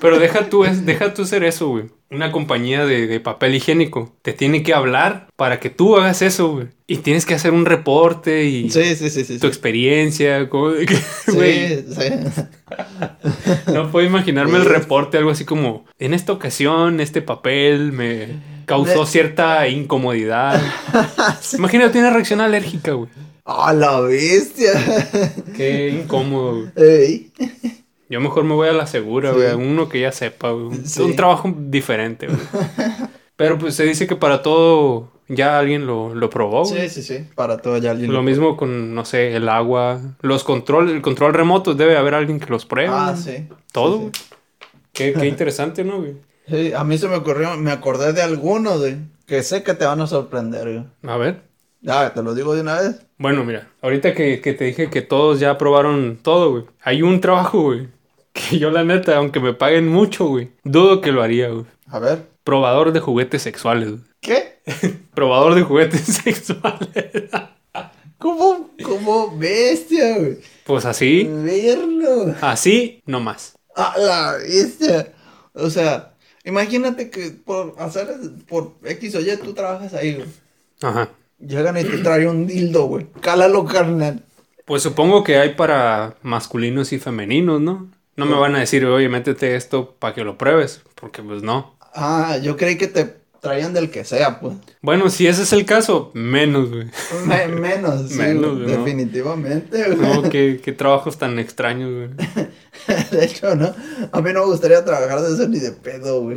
B: Pero deja tú, es- deja tú ser eso, güey. Una compañía de, de papel higiénico te tiene que hablar para que tú hagas eso, güey. Y tienes que hacer un reporte y
A: Sí, sí, sí, sí.
B: tu
A: sí.
B: experiencia. cómo-
A: Sí,
B: güey,
A: sí.
B: no puedo imaginarme el
A: Sí.
B: reporte, algo así como, en esta ocasión este papel me causó
A: Me-
B: cierta incomodidad. Imagínate una reacción alérgica, güey.
A: A Ah, la bestia.
B: Qué incómodo, güey.
A: Ey.
B: Yo mejor me voy a la segura,
A: Sí.
B: güey. a Uno que ya sepa, güey. Un-
A: Sí.
B: Un trabajo diferente, güey. Pero pues se dice que para todo ya alguien lo, lo probó, güey.
A: Sí, sí, sí. Para todo ya alguien.
B: Oh. Lo mismo con, no sé, el agua, los controles, el control remoto, debe haber alguien que los pruebe.
A: Ah,
B: güey.
A: sí.
B: Todo,
A: Sí,
B: güey.
A: sí.
B: Qué, qué interesante, ¿no, güey?
A: Sí, a mí se me ocurrió, me acordé de algunos, güey, que sé que te van a sorprender, güey.
B: A ver.
A: Ah, te lo digo de una vez.
B: Bueno, mira, ahorita que, que te dije que todos ya probaron todo, güey. Hay un trabajo, güey, que yo la neta, aunque me paguen mucho, güey, dudo que lo haría, güey.
A: A ver.
B: Probador de juguetes sexuales, güey.
A: ¿Qué?
B: Probador de juguetes sexuales.
A: ¿Cómo? ¿Cómo bestia, güey?
B: Pues así,
A: Verlo.
B: así nomás.
A: A la bestia. O sea, imagínate que por hacer, por X o Y, tú trabajas ahí, güey.
B: Ajá.
A: Llegan y te traen un dildo, güey. Cálalo, carnal.
B: Pues supongo que hay para masculinos y femeninos, ¿no? No me van a decir, oye, métete esto para que lo pruebes, porque pues no.
A: Ah, yo creí que te traían del que sea, pues.
B: Bueno, si ese es el caso, menos, güey.
A: Me- menos, sí,
B: Menos,
A: güey,
B: ¿no?
A: definitivamente, güey.
B: No, qué, qué trabajos tan extraños, güey.
A: De hecho, no. A mí no me gustaría trabajar de eso ni de pedo, güey.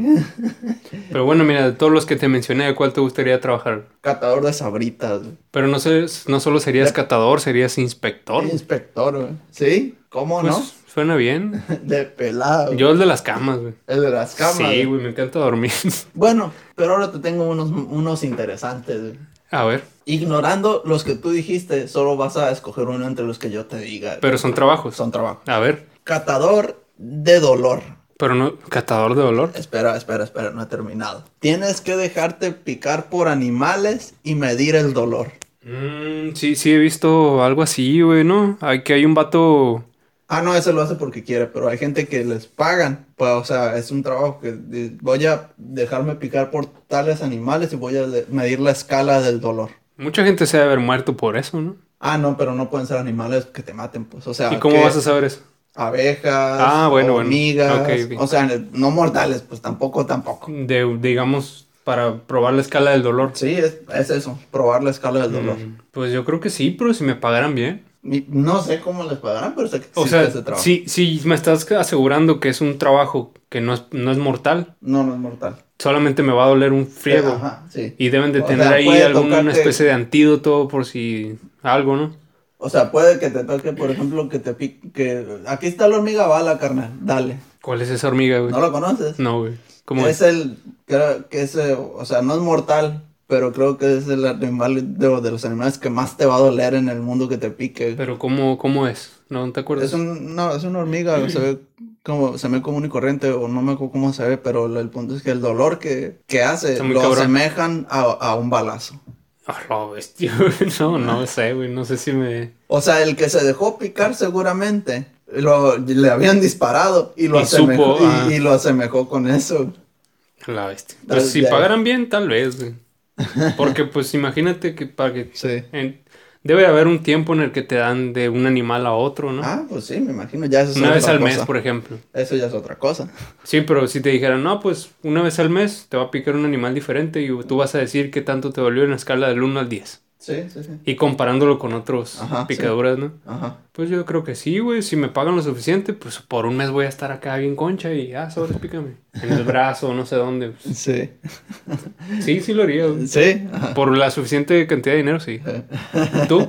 B: Pero bueno, mira, de todos los que te mencioné, ¿de cuál te gustaría trabajar?
A: Catador de sabritas, güey.
B: Pero no, sé, no solo serías catador, serías inspector. güey.
A: Inspector, güey. ¿Sí? ¿Cómo
B: Pues suena bien.
A: no? De pelado. güey.
B: Yo el de las camas, güey.
A: El de las camas.
B: Sí,
A: güey.
B: güey, me encanta dormir.
A: Bueno, pero ahora te tengo unos, unos interesantes, güey.
B: A ver,
A: Ignorando los que tú dijiste, solo vas a escoger uno entre los que yo te diga.
B: pero son trabajos.
A: Son trabajos.
B: A ver,
A: Catador de dolor.
B: pero no, catador de dolor.
A: Espera, espera, espera, no he terminado. Tienes que dejarte picar por animales y medir el dolor.
B: Mm, sí, sí, he visto algo así, güey, ¿no? Hay que hay un vato.
A: Ah, no, eso lo hace porque quiere, pero hay gente que les pagan. Pues, o sea, es un trabajo que de- voy a dejarme picar por tales animales y voy a le- medir la escala del dolor.
B: Mucha gente se debe haber muerto por eso, ¿no?
A: Ah, no, pero no pueden ser animales que te maten, pues. O sea,
B: ¿Y cómo
A: que
B: vas a saber eso?
A: abejas,
B: Ah, bueno, bueno.
A: hormigas,
B: Ok, ok.
A: o sea, no mortales, pues tampoco, tampoco.
B: De, digamos, para probar la escala del dolor.
A: Sí, es, es eso, probar la escala del dolor.
B: Mm, pues yo creo que sí, pero si me pagaran bien.
A: Mi- No sé cómo les pagarán, pero sé que
B: O
A: existe ese
B: sea,
A: trabajo.
B: si, si me estás asegurando que es un trabajo que no es, no es mortal,
A: No, no es mortal.
B: solamente me va a doler un friego.
A: Ajá, sí.
B: Y deben de
A: O
B: tener
A: sea,
B: ahí
A: puede
B: alguna
A: tocarte-
B: especie de antídoto por si algo, ¿no?
A: O sea, puede que te toque, por ejemplo, que te pique. Que... Aquí está la hormiga bala, carnal. Dale.
B: ¿Cuál es esa hormiga, güey?
A: ¿No lo conoces?
B: No, güey. ¿Cómo
A: es
B: es?
A: el. Creo que es. eh, O sea, no es mortal, pero creo que es el animal de, de los animales que más te va a doler en el mundo que te pique.
B: Pero ¿cómo, cómo es? ¿No te acuerdas?
A: Es, un, no, es una hormiga, se ve como, se ve común y corriente, o no me acuerdo cómo se ve, pero el punto es que el dolor que, que hace
B: Está muy
A: lo
B: cabrón.
A: asemejan a, a un balazo.
B: A Ah, la bestia, güey. No,
A: Ah.
B: no sé, güey. No sé si me.
A: O sea, el que se dejó picar seguramente lo- le habían disparado y lo,
B: Y
A: asemejó,
B: supo, ah.
A: y, y lo asemejó con eso.
B: A la bestia.
A: Tal
B: Pues si
A: vez.
B: pagaran bien, tal vez, güey. Porque, pues, imagínate que pague.
A: Sí.
B: en- Debe haber un tiempo en el que te dan de un animal a otro, ¿no?
A: Ah, pues sí, me imagino. Ya eso es
B: Una
A: otra
B: vez al
A: cosa.
B: mes, por ejemplo.
A: Eso ya es otra cosa.
B: Sí, pero si te dijeran, no, pues una vez al mes te va a picar un animal diferente y tú vas a decir qué tanto te dolió en la escala del 1 al 10.
A: Sí, sí, sí.
B: Y comparándolo con otros
A: Ajá, sí.
B: picaduras, ¿no?
A: Ajá.
B: Pues yo creo que sí, güey. Si me pagan lo suficiente, pues por un mes voy a estar acá bien concha y ah, sobre, pícame. En el brazo, no sé dónde.
A: Sí.
B: Sí, sí lo haría. güey.
A: Sí. Ajá.
B: Por la suficiente cantidad de dinero, sí. ¿Tú?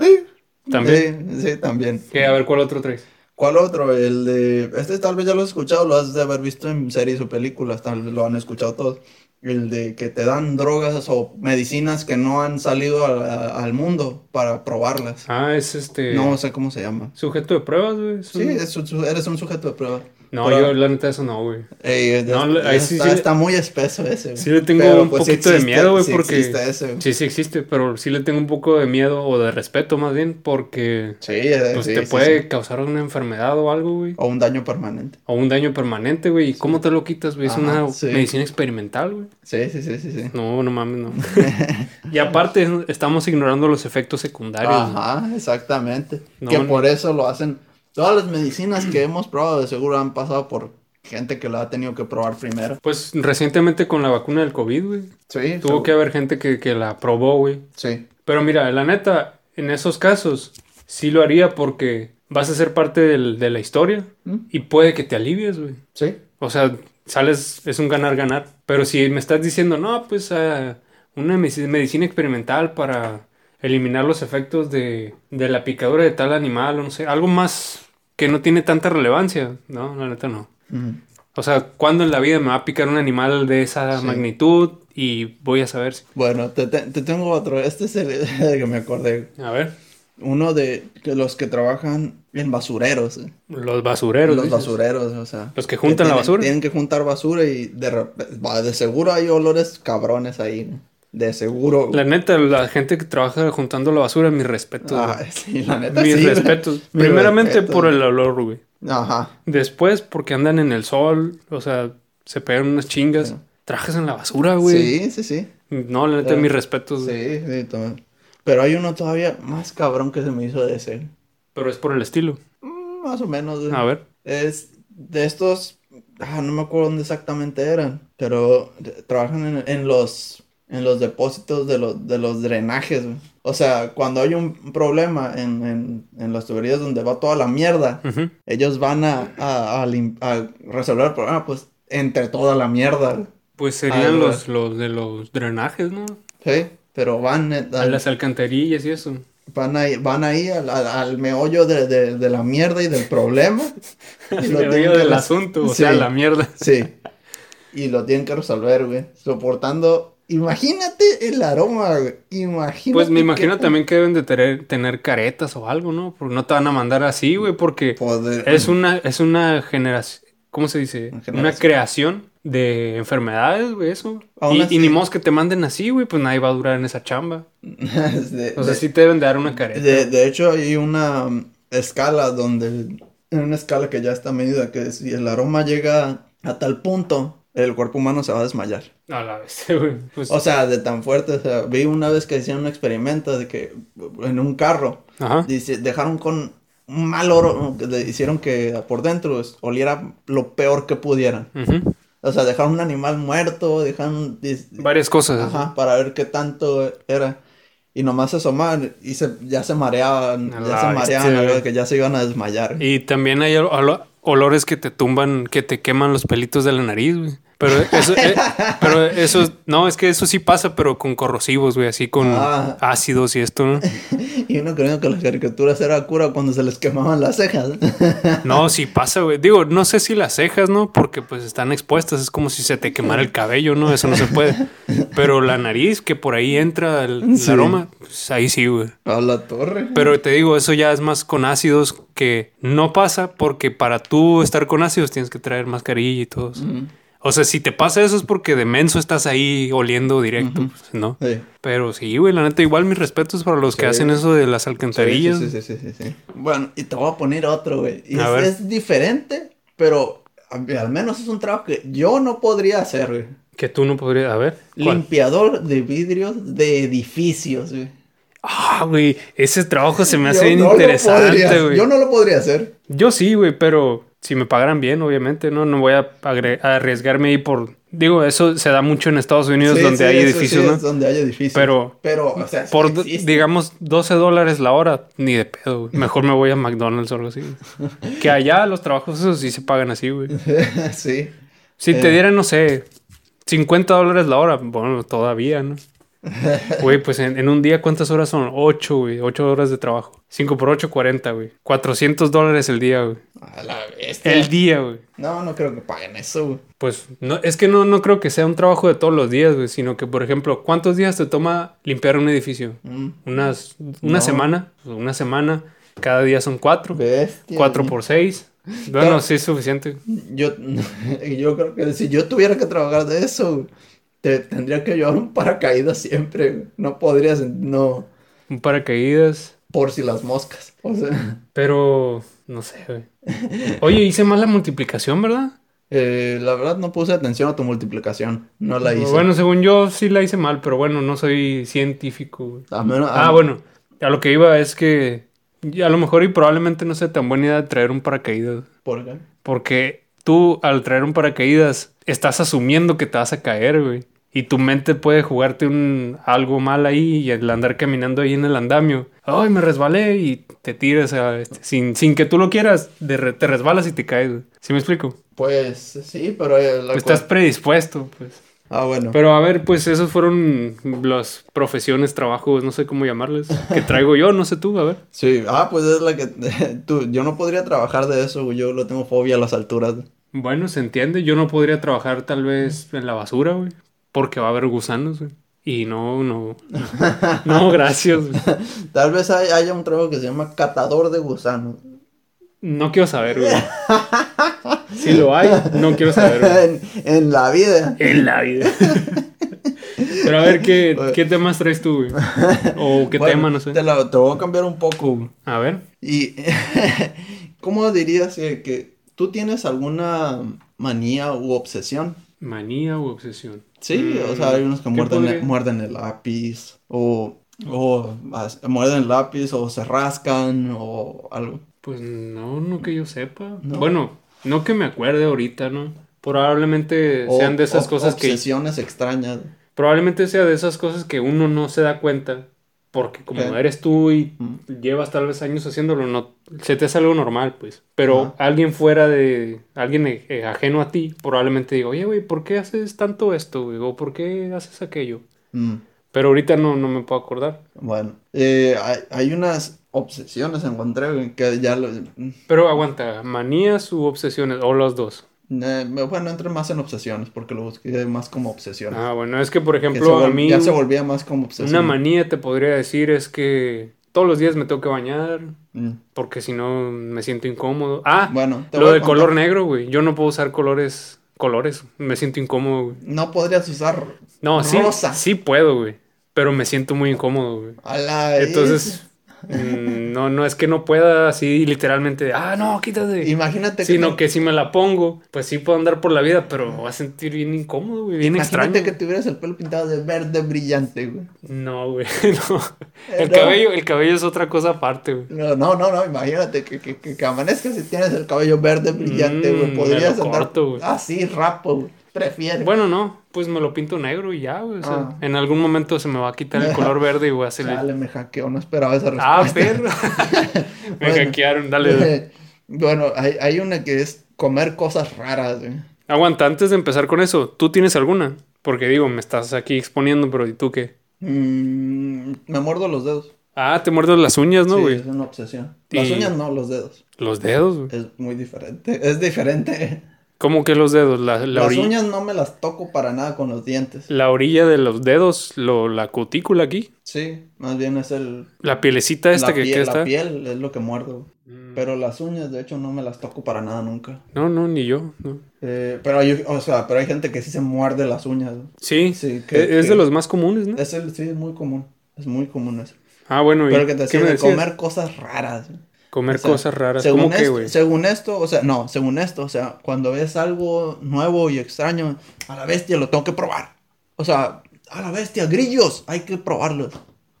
A: Sí.
B: También.
A: Sí, sí, también.
B: ¿Qué? A ver, ¿cuál otro traes?
A: ¿Cuál otro? El de. Este tal vez ya lo has escuchado, lo has de haber visto en series o películas, tal vez lo han escuchado todos. El de que te dan drogas o medicinas que no han salido a la- al mundo para probarlas.
B: Ah, es este...
A: No sé cómo se llama.
B: Sujeto de pruebas, güey. Es
A: Sí,
B: un-
A: es un su- eres un sujeto de prueba.
B: No,
A: Pero-
B: yo la neta eso no, güey.
A: Ey, es-
B: No, le- ahí sí,
A: está,
B: sí le-
A: está muy espeso ese. güey.
B: Sí le tengo
A: Pero,
B: un
A: pues, sí
B: poquito de
A: existe-
B: miedo, güey,
A: sí
B: porque...
A: existe ese, güey.
B: Sí, sí existe, pero sí le tengo un poco de miedo o de respeto más bien porque
A: Sí, eh,
B: pues,
A: sí, sí,
B: te puede
A: sí.
B: causar una enfermedad o algo, güey.
A: O un daño permanente.
B: O un daño permanente, güey. ¿Y cómo te lo quitas, güey? Es
A: Ajá,
B: una
A: sí.
B: medicina experimental, güey.
A: Sí, sí, sí, sí. sí.
B: No, no mames, no. y aparte estamos ignorando los efectos secundarios. güey.
A: Ajá, exactamente.
B: No,
A: que
B: no.
A: por eso lo hacen. Todas las medicinas que hemos probado de seguro han pasado por gente que la ha tenido que probar primero.
B: Pues recientemente con la vacuna del COVID, güey.
A: Sí,
B: Tuvo que haber gente que, que la probó, güey.
A: Sí,
B: Pero mira, la neta, en esos casos sí lo haría porque vas a ser parte del- de la historia
A: ¿Mm?
B: y puede que te alivies, güey.
A: sí.
B: O sea, sales, es un ganar-ganar. Pero si me estás diciendo, no, pues ah, una medici- medicina experimental para eliminar los efectos de, de la picadura de tal animal, o no sé, algo más que no tiene tanta relevancia, no, la neta no.
A: Mm.
B: O sea, ¿cuándo en la vida me va a picar un animal de esa
A: Sí.
B: magnitud? Y voy a saber si...
A: Bueno, te, te- te tengo otro. Este es el, el que me acordé.
B: A ver,
A: Uno de que los que trabajan en basureros. eh.
B: los basureros.
A: los
B: dices.
A: basureros, o sea.
B: Los que juntan la
A: tienen-
B: basura.
A: Tienen que juntar basura y de, rep- va, de seguro hay olores cabrones ahí. ¿no? De seguro.
B: La neta, la gente que trabaja juntando la basura, mis respetos.
A: Ah, sí, la neta
B: güey. mis
A: sí, güey.
B: respetos.
A: Mis
B: Primeramente
A: respetos,
B: por
A: güey.
B: el olor, güey.
A: Ajá.
B: Después porque andan en el sol, o sea, se pegan unas chingas.
A: Sí.
B: Trajes en la basura, güey.
A: Sí, sí, sí.
B: No, la neta,
A: Sí.
B: mis respetos. güey.
A: Sí, sí, toma. Pero hay uno todavía más cabrón que se me hizo de ese.
B: Pero es por el estilo.
A: Mm, Más o menos. güey.
B: A ver.
A: Es de estos. ah, no me acuerdo dónde exactamente eran. Pero de- trabajan en, en los. En los depósitos de los, de los drenajes, güey. O sea, cuando hay un problema en, en, en las tuberías donde va toda la mierda,
B: Ujú.
A: ellos van a, a, a lim- a resolver el problema, pues, entre toda la mierda. güey.
B: Pues serían
A: Ah,
B: los, los de los drenajes, ¿no?
A: Sí, pero van eh,
B: A
A: al-
B: las alcantarillas y eso.
A: Van ahí, van ahí al, al- al meollo de, de- de la mierda y del problema. Y
B: El
A: lo tienen
B: meollo
A: que
B: del
A: res-
B: asunto, o
A: Sí,
B: sea, la mierda.
A: Sí. Y lo tienen que resolver, güey. Soportando. Imagínate el aroma, güey. Imagínate.
B: Pues me
A: qué
B: imagino también que deben de tener, tener caretas o algo, ¿no? Porque no te van a mandar así, güey, porque
A: poder-
B: es una, es una generación, ¿cómo se dice?
A: Una generación.
B: Una creación de enfermedades, güey, eso.
A: Aún
B: Y, y
A: así.
B: ni modos que te manden así, güey, pues nadie va a durar en esa chamba.
A: de,
B: O sea,
A: de-
B: sí te deben de dar una careta.
A: de- de hecho, hay una mm, escala donde. En una escala que ya está medida, que si el aroma llega a tal punto, el cuerpo humano se va a desmayar.
B: A la vez, güey. Pues,
A: O sea, de tan fuerte. o sea, vi una vez que hicieron un experimento de que en un carro
B: ajá.
A: dice, dejaron con un mal oro, le hicieron que por dentro pues, oliera lo peor que pudieran.
B: Ujú.
A: O sea, dejaron un animal muerto, dejaron... dis-
B: Varias cosas.
A: Ajá, para ver qué tanto era. Y nomás se asomaban y se, ya se mareaban,
B: A
A: ya se
B: la
A: mareaban,
B: bestia.
A: algo que ya se iban a desmayar.
B: Y también hay ol- olo- olores que te tumban, que te queman los pelitos de la nariz, güey. Pero eso, eh, pero eso, no, es que eso sí pasa, pero con corrosivos, güey, así con
A: Ah.
B: ácidos y esto, ¿no?
A: Y uno creyendo que las caricaturas era cura cuando se les quemaban las cejas.
B: No, sí pasa, güey. Digo, no sé si las cejas, ¿no? Porque pues están expuestas, es como si se te quemara el cabello, ¿no? Eso no se puede. Pero la nariz, que por ahí entra el, el
A: Sí.
B: aroma, pues ahí sí, güey.
A: A la torre.
B: Pero te digo, eso ya es más con ácidos que no pasa porque para tú estar con ácidos tienes que traer mascarilla y todo eso.
A: Ujú.
B: O sea, si te pasa eso es porque de menso estás ahí oliendo directo,
A: Ujú.
B: pues, ¿no?
A: Sí.
B: Pero sí, güey, la neta, igual mis respetos para los que
A: Sí.
B: hacen eso de las alcantarillas.
A: Sí, sí, sí, sí, sí, sí. Bueno, y te voy a poner otro, güey. Y
B: A
A: es,
B: ver.
A: es diferente, pero a- al menos es un trabajo que yo no podría hacer, güey.
B: Que tú no podrías. A ver. ¿cuál?
A: Limpiador de vidrios de edificios, güey.
B: Ah, güey, ese trabajo se me
A: Yo
B: hace bien
A: no lo
B: interesante,
A: podría-
B: güey.
A: Yo
B: Yo,
A: no lo podría hacer.
B: sí, güey, pero si me pagaran bien, obviamente, ¿no? No voy a agre- a arriesgarme ahí por. Digo, eso se da mucho en Estados Unidos
A: Sí,
B: donde
A: sí,
B: hay
A: eso
B: edificios,
A: sí,
B: ¿no?
A: es donde hay edificios.
B: Pero-
A: Pero, o sea,
B: Por,
A: sí existe.
B: digamos, 12 dólares la hora, ni de pedo, güey. Mejor me voy a McDonald's o algo así. güey. que allá los trabajos esos sí se pagan así, güey.
A: sí.
B: Si te
A: Eh.
B: dieran, no sé, 50 dólares la hora, bueno, todavía, ¿no? Güey, pues en, en un día, ¿cuántas horas son? 8, güey. 8 horas de trabajo. 5 por 8, 40, güey. 400 dólares el día, güey.
A: A la bestia.
B: El día, güey.
A: No, no creo que paguen eso, güey.
B: Pues no, es que no, no creo que sea un trabajo de todos los días, güey. Sino que, por ejemplo, ¿cuántos días te toma limpiar un edificio?
A: Mm.
B: Unas, una
A: No.
B: semana, una semana, cada día son cuatro,
A: Bestia.
B: cuatro por seis. Bueno,
A: No.
B: sí es suficiente.
A: Yo, yo creo que si yo tuviera que trabajar de eso, te, tendría que llevar un paracaídas siempre. güey. No podrías, no,
B: Un paracaídas,
A: por si las moscas. O sea,
B: pero no sé, güey. Oye, hice mal la multiplicación, ¿verdad?
A: eh, la verdad no puse atención a tu multiplicación. No la hice.
B: Bueno, según yo sí la hice mal, pero bueno, no soy científico. güey.
A: A menos- a-
B: Ah, bueno, a lo que iba es que a lo mejor y probablemente no sea tan buena idea traer un paracaídas.
A: ¿Por qué?
B: Porque tú al traer un paracaídas estás asumiendo que te vas a caer, güey. Y tu mente puede jugarte un algo mal ahí y al andar caminando ahí en el andamio, ay, me resbalé y te tiras a- este, sin, sin que tú lo quieras, de re- te resbalas y te caes. güey. ¿Sí me explico?
A: Pues sí, pero eh, la
B: Pues Estás
A: cua-
B: predispuesto, pues.
A: Ah, bueno.
B: Pero a ver, pues esos fueron las profesiones, trabajos, no sé cómo llamarles, que traigo yo, no sé tú, a ver.
A: Sí, ah, pues es la que tú, yo no podría trabajar de eso, güey. yo lo tengo fobia a las alturas.
B: Bueno, se entiende. Yo no podría trabajar tal vez en la basura, güey. Porque va a haber gusanos, güey. Y no, no. No, gracias. güey.
A: Tal vez hay- haya un trabajo que se llama catador de gusanos.
B: No quiero saber, güey. Si lo hay, no quiero saber, güey.
A: en, en la vida.
B: En la vida. Pero a ver, ¿qué, qué temas traes tú, güey? O qué
A: Bueno,
B: tema, no sé.
A: Te, la- te voy a cambiar un poco. güey.
B: A ver.
A: Y, ¿cómo dirías que, que tú tienes alguna manía u obsesión?
B: Manía o obsesión.
A: Sí, o sea, hay unos que
B: ¿Qué
A: muerden,
B: podría?
A: el- muerden el lápiz o, o as- muerden el lápiz o se rascan o algo.
B: Pues no, no que yo sepa.
A: No.
B: Bueno, no que me acuerde ahorita, ¿no? Probablemente
A: O-
B: sean de esas
A: o-
B: cosas que
A: obsesiones extrañas.
B: Probablemente sea de esas cosas que uno no se da cuenta, porque como
A: Ok.
B: eres tú y
A: Mm.
B: llevas tal vez años haciéndolo, no, se te hace algo normal, pues. Pero
A: Ajá.
B: alguien fuera de, alguien eh, eh, ajeno a ti, probablemente diga, oye, güey, ¿por qué haces tanto esto, güey? O ¿por qué haces aquello?
A: Mm,
B: Pero ahorita no, no me puedo acordar.
A: Bueno, eh, hay, hay unas obsesiones encontré güey, que ya lo- mm,
B: Pero aguanta, manías u obsesiones, o los dos.
A: eh, bueno, entré más en obsesiones porque lo busqué más como obsesiones.
B: Ah, bueno, es que por
A: Que
B: ejemplo,
A: se
B: a
A: vol-
B: mí...
A: ya se volvía más como obsesión.
B: Una manía te podría decir es que todos los días me tengo que bañar
A: Mm.
B: porque si no me siento incómodo. Ah,
A: Bueno, te
B: lo
A: voy a
B: del
A: contar.
B: color negro, güey. Yo no puedo usar colores, colores. Me siento incómodo, güey.
A: No podrías usar
B: No, sí,
A: Rosa.
B: sí puedo, güey. Pero me siento muy incómodo, güey.
A: a la
B: Entonces, mm, no, no es que no pueda así literalmente, de, ah, no, quítate.
A: imagínate que,
B: Sino
A: te-
B: que si me la pongo, pues sí puedo andar por la vida, pero me voy a sentir bien incómodo, güey, bien
A: imagínate
B: extraño.
A: que tuvieras el pelo pintado de verde brillante, güey.
B: No, güey, no.
A: Eh,
B: El
A: no.
B: cabello, el cabello es otra cosa aparte, güey.
A: No, no, no, no, imagínate que, que, que, que amanezcas y tienes el cabello verde brillante,
B: Mm,
A: güey.
B: me
A: Podrías
B: lo
A: andar
B: corto, güey.
A: así, rapo, güey. Prefiero.
B: Bueno, no, pues me lo pinto negro y ya, güey. o sea,
A: Ah.
B: en algún momento se me va a quitar el color verde y voy a hacer el-
A: Dale, me hackeó, no esperaba esa respuesta.
B: Ah, perro. Me
A: Bueno.
B: hackearon, dale. dale.
A: bueno, hay, hay una que es comer cosas raras, güey.
B: Aguanta, antes de empezar con eso, ¿tú tienes alguna? Porque digo, me estás aquí exponiendo, pero ¿y tú qué?
A: Mm, me muerdo los dedos.
B: Ah, te muerdes las uñas, ¿no,
A: Sí,
B: güey?
A: es una obsesión. Las
B: Y-
A: uñas no, los dedos.
B: Los dedos, güey.
A: Es muy diferente. Es diferente.
B: ¿Cómo que los dedos? La, la,
A: las
B: orilla,
A: uñas no me las toco para nada con los dientes.
B: la orilla de los dedos, lo, la cutícula aquí.
A: Sí, más bien es el...
B: La pielecita esta
A: la,
B: Este que,
A: piel,
B: que
A: la
B: está.
A: piel es lo que muerdo. Pero las uñas, de hecho, no me las toco para nada nunca.
B: No, no, ni yo. no.
A: Eh, pero hay, o sea, pero hay gente que sí se muerde las uñas.
B: Sí,
A: Sí, que-
B: es, es
A: que-
B: de los más comunes, ¿no?
A: Es el- sí, es muy común. Es muy común eso.
B: Ah, bueno, y
A: Pero que te
B: ¿qué
A: hacían
B: me
A: de
B: decías?
A: comer cosas raras.
B: Comer
A: O sea,
B: cosas raras.
A: Según,
B: ¿Cómo que,
A: esto,
B: güey?
A: según esto, o sea, no, según esto, o sea, cuando ves algo nuevo y extraño, a la bestia lo tengo que probar. O sea, a la bestia, grillos, hay que probarlos,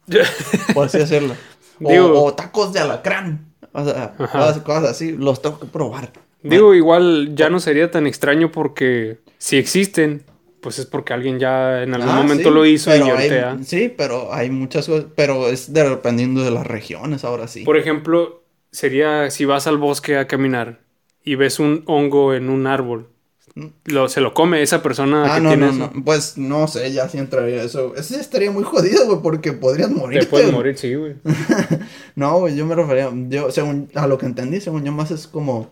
A: por así decirlo. O,
B: Digo-
A: o tacos de alacrán, o sea,
B: Ajá.
A: cosas, cosas así, los tengo que probar.
B: Digo, igual ya no sería tan extraño porque si existen, pues es porque alguien ya en algún
A: Ah,
B: momento
A: sí,
B: lo hizo y
A: pero
B: ahorita
A: hay-
B: ya.
A: Sí, pero hay muchas cosas, pero es de- dependiendo de las regiones ahora sí.
B: Por ejemplo, sería si vas al bosque a caminar y ves un hongo en un árbol, lo, se lo come esa persona
A: Mm. Ah,
B: que
A: no,
B: tiene
A: no,
B: eso.
A: no, pues no sé, ya sí entraría eso. Eso estaría muy jodido, güey, porque podrías morir.
B: Te puedes morir, sí, güey.
A: No, güey, yo me refería, yo, según, a lo que entendí, según yo más es como,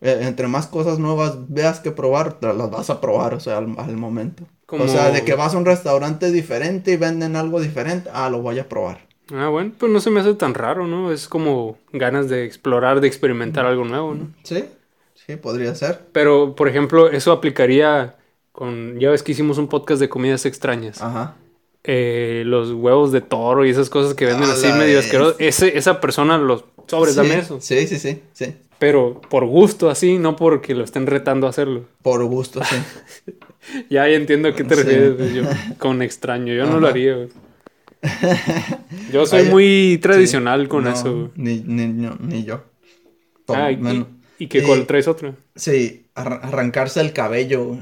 A: eh, entre más cosas nuevas veas que probar, te las vas a probar, o sea, al, al momento.
B: Como-
A: O sea, de que vas a un restaurante diferente y venden algo diferente, ah, lo voy a probar.
B: Ah, bueno, pues no se me hace tan raro, ¿no? Es como ganas de explorar, de experimentar algo nuevo, ¿no?
A: Sí, sí, podría ser.
B: Pero, por ejemplo, eso aplicaría con, ya ves que hicimos un podcast de comidas extrañas.
A: Ajá.
B: eh, los huevos de toro y esas cosas que venden
A: A
B: así
A: la
B: medio
A: vez.
B: asquerosas. Ese, esa persona los sobres,
A: sí,
B: dame eso.
A: Sí, sí, sí, sí.
B: Pero por gusto así, no porque lo estén retando a hacerlo.
A: Por gusto, sí.
B: Ya, ya entiendo a qué te
A: Sí.
B: refieres pues, yo, con extraño. Yo no lo
A: Ajá.
B: haría, güey. Yo soy
A: Ay,
B: muy tradicional
A: Sí,
B: con
A: no,
B: eso, güey.
A: Ni, ni, no, ni yo. Tom-
B: Ah, y,
A: bueno,
B: y que
A: y-
B: cuál traes otra.
A: sí, arra- arrancarse el cabello, güey.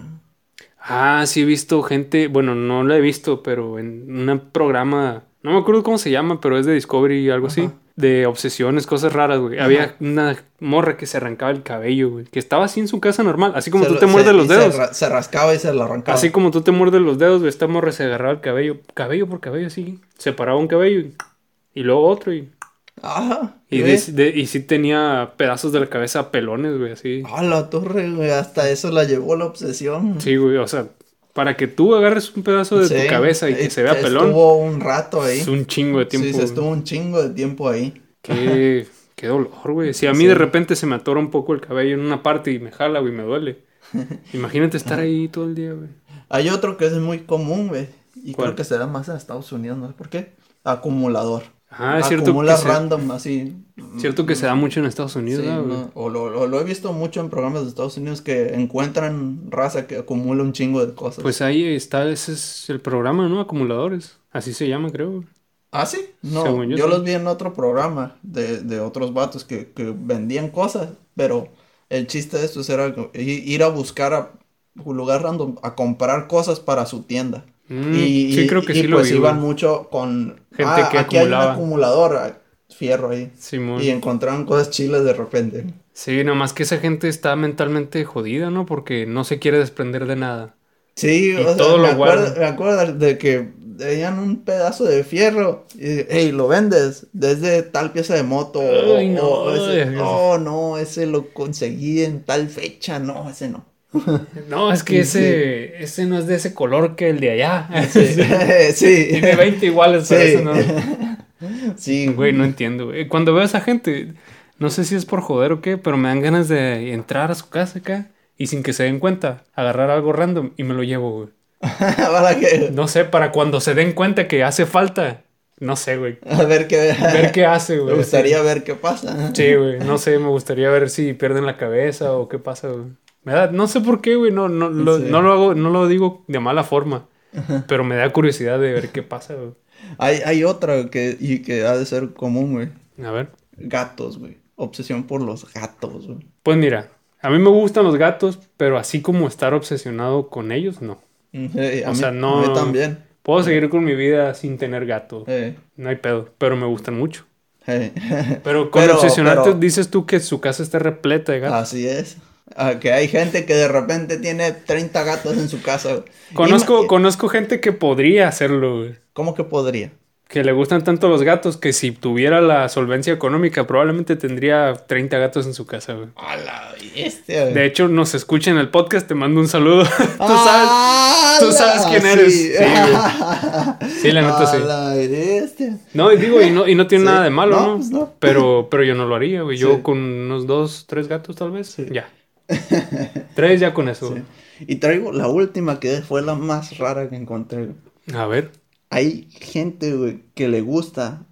B: Ah, sí he visto gente, bueno, no la he visto, pero en un programa, no me acuerdo cómo se llama, pero es de Discovery y algo así,
A: Ajá.
B: de obsesiones, cosas raras, güey.
A: Ajá.
B: Había una morra que se arrancaba el cabello, güey, que estaba así en su casa normal, así como
A: Se
B: tú
A: lo-
B: te muerdes
A: se-
B: los
A: y se
B: dedos.
A: ra- Se, rascaba y se lo arrancaba.
B: Así como tú te muerdes los dedos, güey, esta morra se agarraba el cabello, cabello por cabello, así, separaba un cabello y, y luego otro y...
A: Ajá.
B: Y,
A: güey.
B: de- de- y sí tenía pedazos de la cabeza pelones, güey, así.
A: A la torre, güey, hasta eso la llevó la obsesión.
B: Sí, güey, o sea, para que tú agarres un pedazo de
A: Sí,
B: tu cabeza y que
A: eh,
B: se vea pelón.
A: Estuvo un rato ahí.
B: Es un chingo de tiempo.
A: sí, se
B: güey.
A: estuvo un chingo de tiempo ahí.
B: Qué, qué dolor, güey. Si a mí
A: Sí.
B: de repente se me atora un poco el cabello en una parte y me jala, güey, me duele. Imagínate estar ahí todo el día, güey.
A: Hay otro que es muy común, güey. Y
B: ¿Cuál?
A: creo que se da más en Estados Unidos, no sé por qué. Acumulador.
B: Ah, es cierto
A: Acumula
B: que, se,
A: random, así.
B: cierto que se da mucho en Estados
A: Sí,
B: Unidos, ¿verdad, güey.
A: no, o lo, lo- lo he visto mucho en programas de Estados Unidos que encuentran raza que acumula un chingo de cosas.
B: Pues ahí está, ese es el programa, ¿no? Acumuladores. Así se llama, creo. güey.
A: ¿Ah, sí? No,
B: Según yo,
A: yo,
B: sí.
A: los vi en otro programa de, de otros vatos que, que vendían cosas, pero el chiste de estos era que i- ir a buscar a un lugar random, a comprar cosas para su tienda.
B: Mm,
A: y,
B: sí,
A: y-
B: creo que
A: y
B: sí lo
A: pues
B: vi,
A: iban
B: güey.
A: mucho con...
B: Gente
A: "Ah,
B: que
A: aquí hay un
B: acumulaba".
A: acumulador, ah, fierro ahí.
B: Simón.
A: Y encontraron cosas chilas de repente.
B: Sí, nomás que esa gente está mentalmente jodida, ¿no? Porque no se quiere desprender de nada.
A: Sí,
B: Y
A: o sea,
B: todo
A: me,
B: lo guardan.
A: acuerdo, me acuerdo de que tenían un pedazo de fierro y, hey, lo vendes desde tal pieza de moto. o-
B: Ay, no,
A: o ese-
B: ay.
A: "No, no, ese lo conseguí en tal fecha, no, ese no.
B: No, es que ese, ese no es de ese color que el de allá.
A: Sí, sí,
B: Tiene 20 iguales, pero
A: Sí.
B: ese no.
A: sí,
B: Güey, no entiendo, güey. Cuando veo a esa gente, no sé si es por joder o qué, pero me dan ganas de entrar a su casa acá y sin que se den cuenta, agarrar algo random y me lo llevo, güey.
A: para que,
B: No sé, para cuando se den cuenta que hace falta. No sé, güey.
A: a ver qué,
B: Ver qué hace, güey.
A: me gustaría ver qué pasa.
B: Sí, güey. No sé, me gustaría ver si pierden la cabeza o qué pasa, güey. Me da, no sé por qué, güey. No, no, lo,
A: Sí.
B: no lo hago, no lo digo de mala forma. Pero me da curiosidad de ver qué pasa, güey.
A: Hay, hay otra que, y que ha de ser común, güey.
B: A ver.
A: Gatos, güey. Obsesión por los gatos, güey.
B: Pues mira, a mí me gustan los gatos, pero así como estar obsesionado con ellos, no.
A: Sí, a
B: O
A: mí-
B: sea, no-
A: A mí también.
B: Puedo seguir con mi vida sin tener gatos.
A: Eh,
B: No hay pedo, pero me gustan mucho.
A: eh.
B: Pero con
A: Pero-
B: obsesionarte
A: pero-
B: dices tú que su casa está repleta de gatos.
A: Así es. Ah, que hay gente que de repente tiene 30 gatos en su casa. güey.
B: conozco,
A: Ima-
B: conozco gente que podría hacerlo, güey.
A: ¿Cómo que podría?
B: que le gustan tanto los gatos que si tuviera la solvencia económica probablemente tendría 30 gatos en su casa, güey.
A: A la bestia, güey.
B: De hecho, nos escucha en el podcast, te mando un saludo. tú sabes,
A: ¡Ah,
B: tú sabes
A: la-
B: quién
A: sí!
B: eres. Sí, güey. Sí, la neta, sí.
A: A Ah, la bestia.
B: no, y digo, y no, y no tiene
A: Sí.
B: nada de malo,
A: No,
B: ¿no?
A: pues no.
B: Pero, pero yo no lo haría, güey. Yo
A: Sí.
B: con unos dos, tres gatos tal vez, ya. Tres ya con eso. güey.
A: Y traigo la última que fue la más rara que encontré. güey.
B: A ver.
A: Hay gente, güey, que le gusta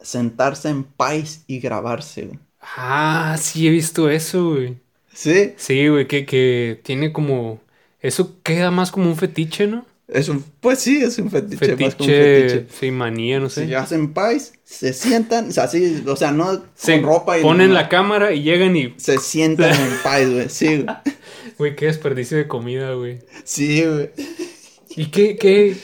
A: sentarse en pais y grabarse, güey.
B: Ah, sí he visto eso, güey.
A: Sí,
B: Sí, güey, que, que tiene como... Eso queda más como un fetiche, ¿no?
A: es un, pues sí, es un fetiche, más que un
B: Fetiche,
A: fetiche.
B: sí, manía, no sé.
A: Se hacen pais, se sientan, o sea, sí, o sea, no
B: Se
A: con ropa y
B: ponen
A: no,
B: la cámara y llegan y...
A: se sientan en pais, güey. Sí, güey.
B: Güey, qué desperdicio de comida, güey.
A: Sí, güey.
B: ¿Y qué, qué?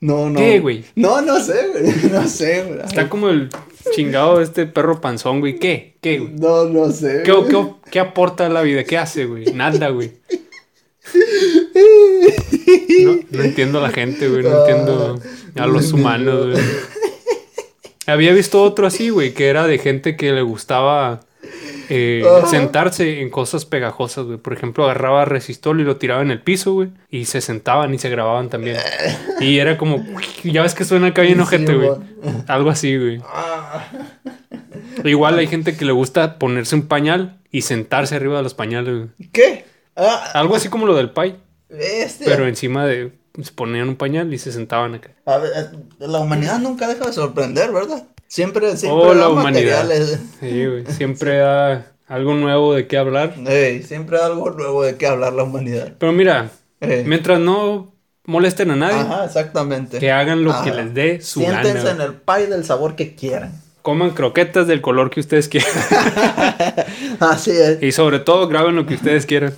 A: No, no.
B: ¿Qué, güey?
A: No, no sé, güey. No sé, güey.
B: Está como el chingado de este perro panzón, güey. ¿Qué? ¿Qué, güey?
A: No, no sé.
B: ¿Qué,
A: güey.
B: qué, qué aporta a la vida? ¿Qué hace, güey? Nada, güey. No, no entiendo a la gente, güey. No entiendo a los humanos, güey. Había visto otro así, güey, que era de gente que le gustaba eh,
A: Ajá.
B: sentarse en cosas pegajosas, güey. Por ejemplo, agarraba resistol y lo tiraba en el piso, güey. Y se sentaban y se grababan también. Y era como, ya ves que suena acá bien
A: Sí,
B: ojete, güey.
A: güey.
B: Algo así, güey.
A: Ah,
B: Igual hay gente que le gusta ponerse un pañal y sentarse arriba de los pañales. güey.
A: ¿Qué? Ah, este,
B: Algo así como lo del pay,
A: bestia.
B: pero encima de se ponían un pañal y se sentaban acá.
A: A ver, eh, la humanidad nunca deja de sorprender, ¿verdad? Siempre, siempre
B: Oh, la
A: da
B: humanidad.
A: materiales.
B: Sí, güey, siempre da algo nuevo de qué hablar.
A: Ey, siempre hay algo nuevo de qué hablar la humanidad.
B: Pero mira,
A: Ey.
B: mientras no molesten a nadie,
A: Ajá, exactamente.
B: que hagan lo
A: Ajá.
B: que les dé su
A: Siéntense
B: gana.
A: en
B: güey.
A: el pay del sabor que quieran.
B: Coman croquetas del color que ustedes quieran
A: Así es.
B: y sobre todo graben lo que ustedes quieran.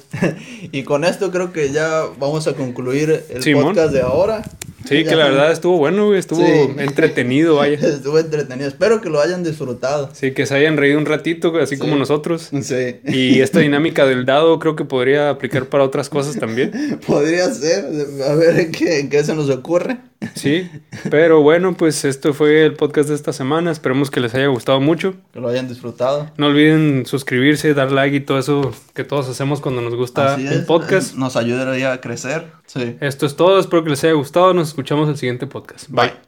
A: Y con esto creo que ya vamos a concluir el
B: Simón.
A: podcast de ahora.
B: Sí,
A: Ya
B: que la
A: fue-
B: verdad estuvo bueno, güey, estuvo
A: Sí.
B: entretenido, vaya.
A: Estuvo entretenido. Espero que lo hayan disfrutado.
B: Sí, que se hayan reído un ratito, güey, así como nosotros.
A: Sí.
B: Y esta dinámica del dado creo que podría aplicar para otras cosas también.
A: Podría ser. A ver qué, qué se nos ocurre.
B: Sí. Pero bueno, pues esto fue el podcast de esta semana. Esperemos que les haya gustado mucho.
A: Que lo hayan disfrutado.
B: No olviden suscribirse, dar like y todo eso que todos hacemos cuando nos gusta
A: Así
B: el
A: es,
B: podcast.
A: Nos ayudaría a crecer. Sí.
B: Esto es todo. Espero que les haya gustado. Nos escuchamos el siguiente podcast. Bye.
A: Bye.